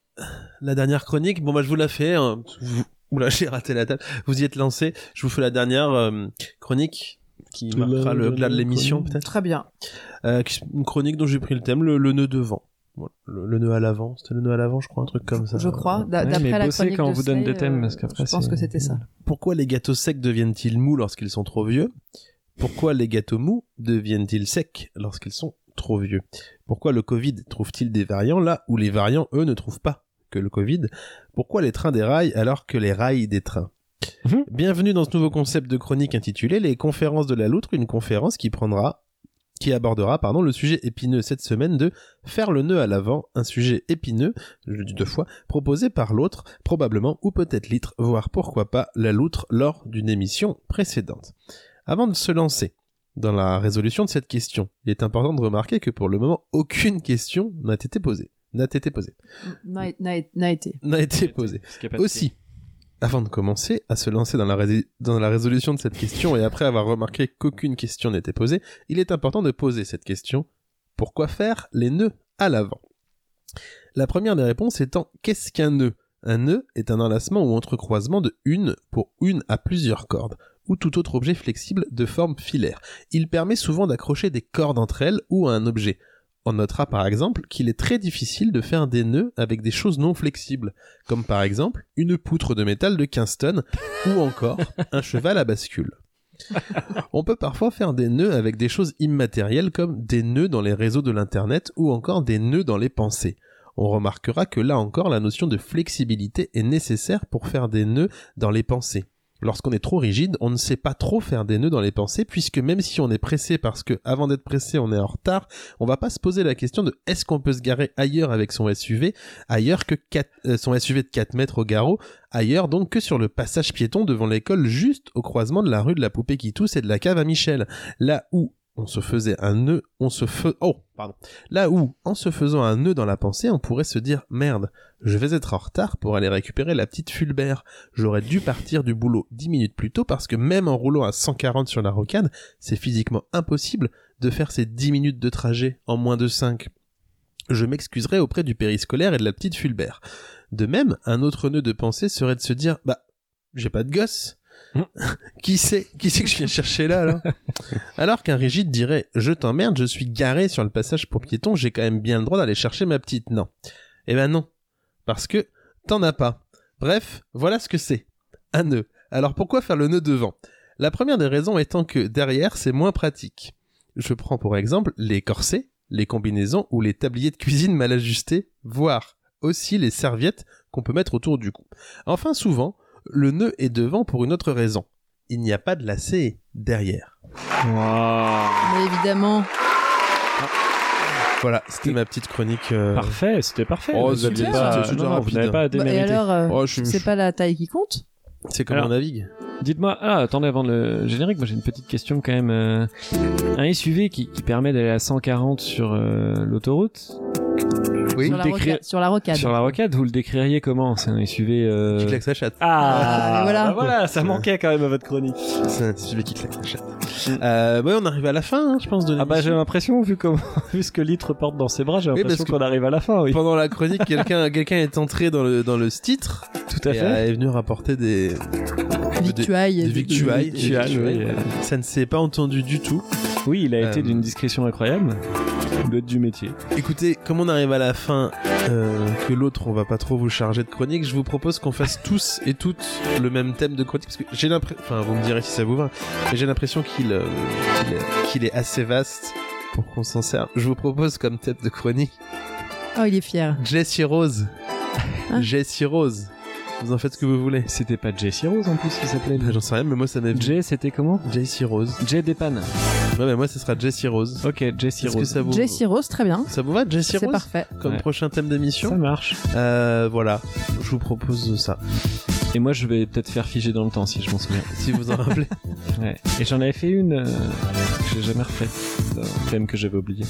S1: la dernière chronique. Bon bah je vous la fais. hein. Vous- Oula, j'ai raté la table. Vous y êtes lancé. Je vous fais la dernière euh, chronique qui
S6: La
S1: marquera le glas de
S6: dernière
S1: l'émission
S6: chronique.
S1: peut-être.
S5: Très bien.
S1: Euh, une chronique dont j'ai pris le thème, le, le nœud devant. Voilà, le, le nœud à l'avant, c'était le nœud à l'avant, je crois, un truc comme ça.
S5: Je crois, d'a-
S6: Ouais,
S5: d'après
S6: mais
S5: la
S6: bossez
S5: chronique
S6: quand on
S5: de
S6: vous donne
S5: Slay,
S6: des thèmes,
S5: euh,
S6: parce qu'après,
S5: Je pense
S6: c'est-
S5: que c'était ça.
S1: Pourquoi les gâteaux secs deviennent-ils mous lorsqu'ils sont trop vieux Pourquoi les gâteaux mous deviennent-ils secs lorsqu'ils sont trop vieux Pourquoi le Covid trouve-t-il des variants là où les variants, eux, ne trouvent pas que le Covid Pourquoi les trains déraillent alors que les rails des trains
S6: Mhm.
S1: Bienvenue dans ce nouveau concept de chronique intitulé Les conférences de la loutre, une conférence qui prendra qui abordera pardon, le sujet épineux cette semaine de Faire le nœud à l'avant, un sujet épineux, je le dis deux fois, proposé par l'autre, probablement ou peut-être litre, voire pourquoi pas la loutre lors d'une émission précédente. Avant de se lancer dans la résolution de cette question, il est important de remarquer que pour le moment, aucune question n'a été posée. N'a été posée.
S5: N'a n'a- n'a été.
S1: N'a été posée.
S6: Parce qu'il y a pas de
S1: Aussi, avant de commencer à se lancer dans la, résé- dans la résolution de cette question et après avoir remarqué qu'aucune question n'était posée, il est important de poser cette question. Pourquoi faire les nœuds à l'avant La première des réponses étant qu'est-ce qu'un nœud Un nœud est un enlacement ou entrecroisement de une pour une à plusieurs cordes ou tout autre objet flexible de forme filaire. Il permet souvent d'accrocher des cordes entre elles ou à un objet. On notera par exemple qu'il est très difficile de faire des nœuds avec des choses non flexibles, comme par exemple une poutre de métal de 15 tonnes ou encore un cheval à bascule. On peut parfois faire des nœuds avec des choses immatérielles comme des nœuds dans les réseaux de l'Internet ou encore des nœuds dans les pensées. On remarquera que là encore la notion de flexibilité est nécessaire pour faire des nœuds dans les pensées. Lorsqu'on est trop rigide, on ne sait pas trop faire des nœuds dans les pensées, puisque même si on est pressé parce que avant d'être pressé on est en retard, on va pas se poser la question de est-ce qu'on peut se garer ailleurs avec son SUV, ailleurs que 4, euh, son SUV de 4 mètres au garrot, ailleurs donc que sur le passage piéton devant l'école juste au croisement de la rue de la poupée qui tousse et de la cave à Michel, là où on se faisait un nœud, on se fe... oh, pardon. Là où, en se faisant un nœud dans la pensée, on pourrait se dire merde, je vais être en retard pour aller récupérer la petite Fulbert. J'aurais dû partir du boulot dix minutes plus tôt parce que même en roulant à 140 sur la rocade, c'est physiquement impossible de faire ces dix minutes de trajet en moins de 5. Je m'excuserai auprès du périscolaire et de la petite Fulbert. De même, un autre nœud de pensée serait de se dire bah, j'ai pas de gosse. qui c'est qui c'est que je viens chercher là, là Alors qu'un rigide dirait je t'emmerde, je suis garé sur le passage pour piétons, j'ai quand même bien le droit d'aller chercher ma petite. Non. Eh ben non, parce que t'en as pas. Bref, voilà ce que c'est. Un nœud. Alors pourquoi faire le nœud devant La première des raisons étant que derrière c'est moins pratique. Je prends pour exemple les corsets, les combinaisons ou les tabliers de cuisine mal ajustés, voire aussi les serviettes qu'on peut mettre autour du cou. Enfin souvent, le nœud est devant pour une autre raison. Il n'y a pas de lacet derrière.
S6: Wow.
S5: Mais évidemment.
S1: Voilà, c'était ma petite chronique. euh,
S6: Parfait, c'était parfait.
S8: Oh,
S6: Vous
S8: vous
S6: aviez
S8: aviez
S6: pas-
S1: c'était super
S6: non, non, vous
S1: rapide. hein.
S6: n'avez pas à
S5: Bah, et
S6: démériter.
S5: alors, euh,
S8: Oh, je suis-
S5: c'est pas la taille qui compte
S1: C'est comme
S6: Alors-
S1: on navigue.
S6: Dites-moi, ah, attendez, avant le générique, moi j'ai une petite question quand même. euh, un SUV qui, qui permet d'aller à 140 sur euh, l'autoroute,
S1: Oui.
S5: sur, la
S6: décrit-
S5: rocade, sur la rocade.
S6: sur la rocade, vous le décririez comment C'est un SUV. euh,
S1: Qui claque sa chatte.
S5: Ah, mais voilà.
S6: bah voilà, ça manquait quand même à votre chronique.
S1: C'est un sujet qui claque sa chatte.
S6: Mm.
S1: Euh, ouais, on arrive à la fin, hein, je pense, de
S6: Ah bah j'ai
S1: l'émission.
S6: l'impression, vu, comment, vu ce que Litre porte dans ses bras, j'ai
S1: Oui,
S6: l'impression
S1: parce que-
S6: qu'on arrive à la fin, oui.
S1: Pendant la chronique, quelqu'un quelqu'un est entré dans le, dans le titre
S6: Tout à
S1: et euh,
S6: fait.
S1: est venu rapporter des,
S5: Victuailles.
S1: des victuailles.
S6: Du Victual,
S1: Des victuailles.
S6: oui, euh,
S1: Ça ne s'est pas entendu du tout.
S6: oui, il a été
S1: Euh,
S6: d'une discrétion incroyable. L'autre du métier.
S1: Écoutez, comme on arrive à la fin, euh, que l'autre, on va pas trop vous charger de chronique, je vous propose qu'on fasse tous et toutes le même thème de chronique, parce que j'ai l'impression, enfin, vous me direz si ça vous va, mais j'ai l'impression qu'il euh, qu'il est- qu'il est assez vaste pour qu'on s'en serve. Je vous propose comme thème de chronique
S5: Oh, il est fier.
S1: Jessie Rose. Ah.
S5: Hein
S1: Jessie Rose. Vous en faites ce que vous voulez.
S6: C'était pas Jay Rose en plus qui s'appelait.
S1: Bah, J'en sais rien, mais moi ça m'est venu.
S6: Jay, c'était comment
S1: Jessie Rose.
S6: Jay Depan.
S1: Ouais, mais moi ce sera Jessie Rose.
S6: Ok, Jay
S1: Est-ce que
S6: Rose.
S1: ça vous...
S5: Jessie Rose, très bien.
S1: Ça vous va, Jessie
S5: C'est
S1: Rose
S5: parfait.
S1: Comme
S6: Ouais.
S1: prochain thème
S6: Ça
S1: d'émission
S6: marche.
S1: Euh, Voilà, je vous propose ça.
S6: Et moi, je vais peut-être faire figer dans le temps si je m'en souviens.
S1: si vous en rappelez.
S6: Ouais. Et j'en avais fait une euh, que j'ai jamais refaite, un thème que j'avais oublié.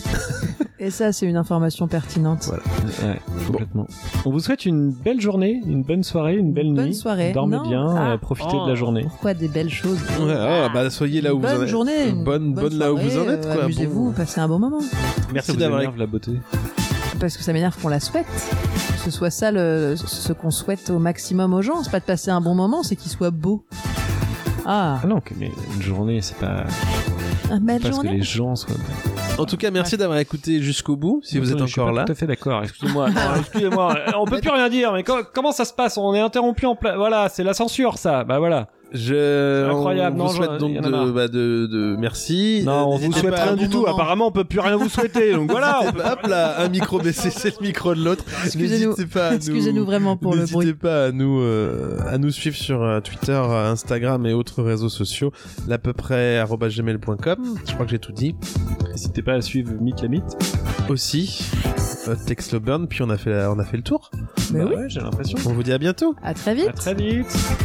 S5: Et ça, c'est une information pertinente.
S1: Voilà.
S6: Ouais, complètement. On vous souhaite une belle journée, une bonne soirée, une belle
S5: Bonne
S6: nuit.
S5: soirée.
S6: Dormez
S5: Non.
S6: bien,
S5: Ah.
S6: euh, profitez de la journée.
S5: Pourquoi des belles choses
S1: Ouais, ah, bah soyez là où
S5: Bonne
S1: vous en êtes.
S5: journée. une
S1: Bonne, bonne, là où vous en
S5: soirée,
S1: êtes,
S5: euh,
S1: quoi.
S5: Amusez-vous,
S1: Bon.
S5: passez un bon moment.
S1: Merci
S6: Ça vous
S1: d'avoir
S6: énerve la beauté.
S5: Parce que ça m'énerve qu'on la souhaite. Que ce soit ça le, ce qu'on souhaite au maximum aux gens. C'est pas de passer un bon moment, c'est qu'il soit beau. Ah,
S6: Ah non, que- mais une journée, c'est pas
S5: une belle
S6: parce que les
S5: journée.
S6: gens soient.
S1: En tout cas, merci d'avoir écouté jusqu'au bout, si vous êtes
S6: Attendez, je suis
S1: encore
S6: pas
S1: là.
S6: Tout à fait d'accord. Excusez-moi.
S5: Ah.
S6: Alors, Excusez-moi. Euh, On peut plus rien dire. Mais co- comment ça se passe On est interrompu en plein. Voilà, c'est la censure, ça. Bah voilà.
S1: Je...
S6: C'est incroyable,
S1: on vous
S6: non,
S1: souhaite
S6: j'en-
S1: donc
S6: y en a
S1: de,
S6: marre.
S1: bah, de, de- Merci.
S6: Non,
S1: Euh,
S6: on vous
S1: n'hésitez
S6: souhaite
S1: pas à-
S6: rien du tout.
S5: moment.
S6: Apparemment, on peut plus rien vous souhaiter. Donc voilà. on peut-
S1: Hop là, un micro baissé, c'est le micro de l'autre.
S5: Excusez-nous.
S1: N'hésitez pas à nous-
S5: Excusez-nous vraiment pour le bruit.
S1: N'hésitez pas à nous, euh, à nous suivre sur euh, Twitter, euh, Instagram et autres réseaux sociaux, l'à peu près arobase gmail.com. Je crois que j'ai tout dit.
S6: N'hésitez pas à suivre Mythe la Mythe.
S1: Aussi, euh, Tex Loburn, puis on a fait, la- on a fait le tour.
S5: Mais
S6: Bah
S5: oui.
S6: ouais, j'ai l'impression.
S1: On vous dit à bientôt.
S5: À très
S6: À
S5: vite.
S6: très vite.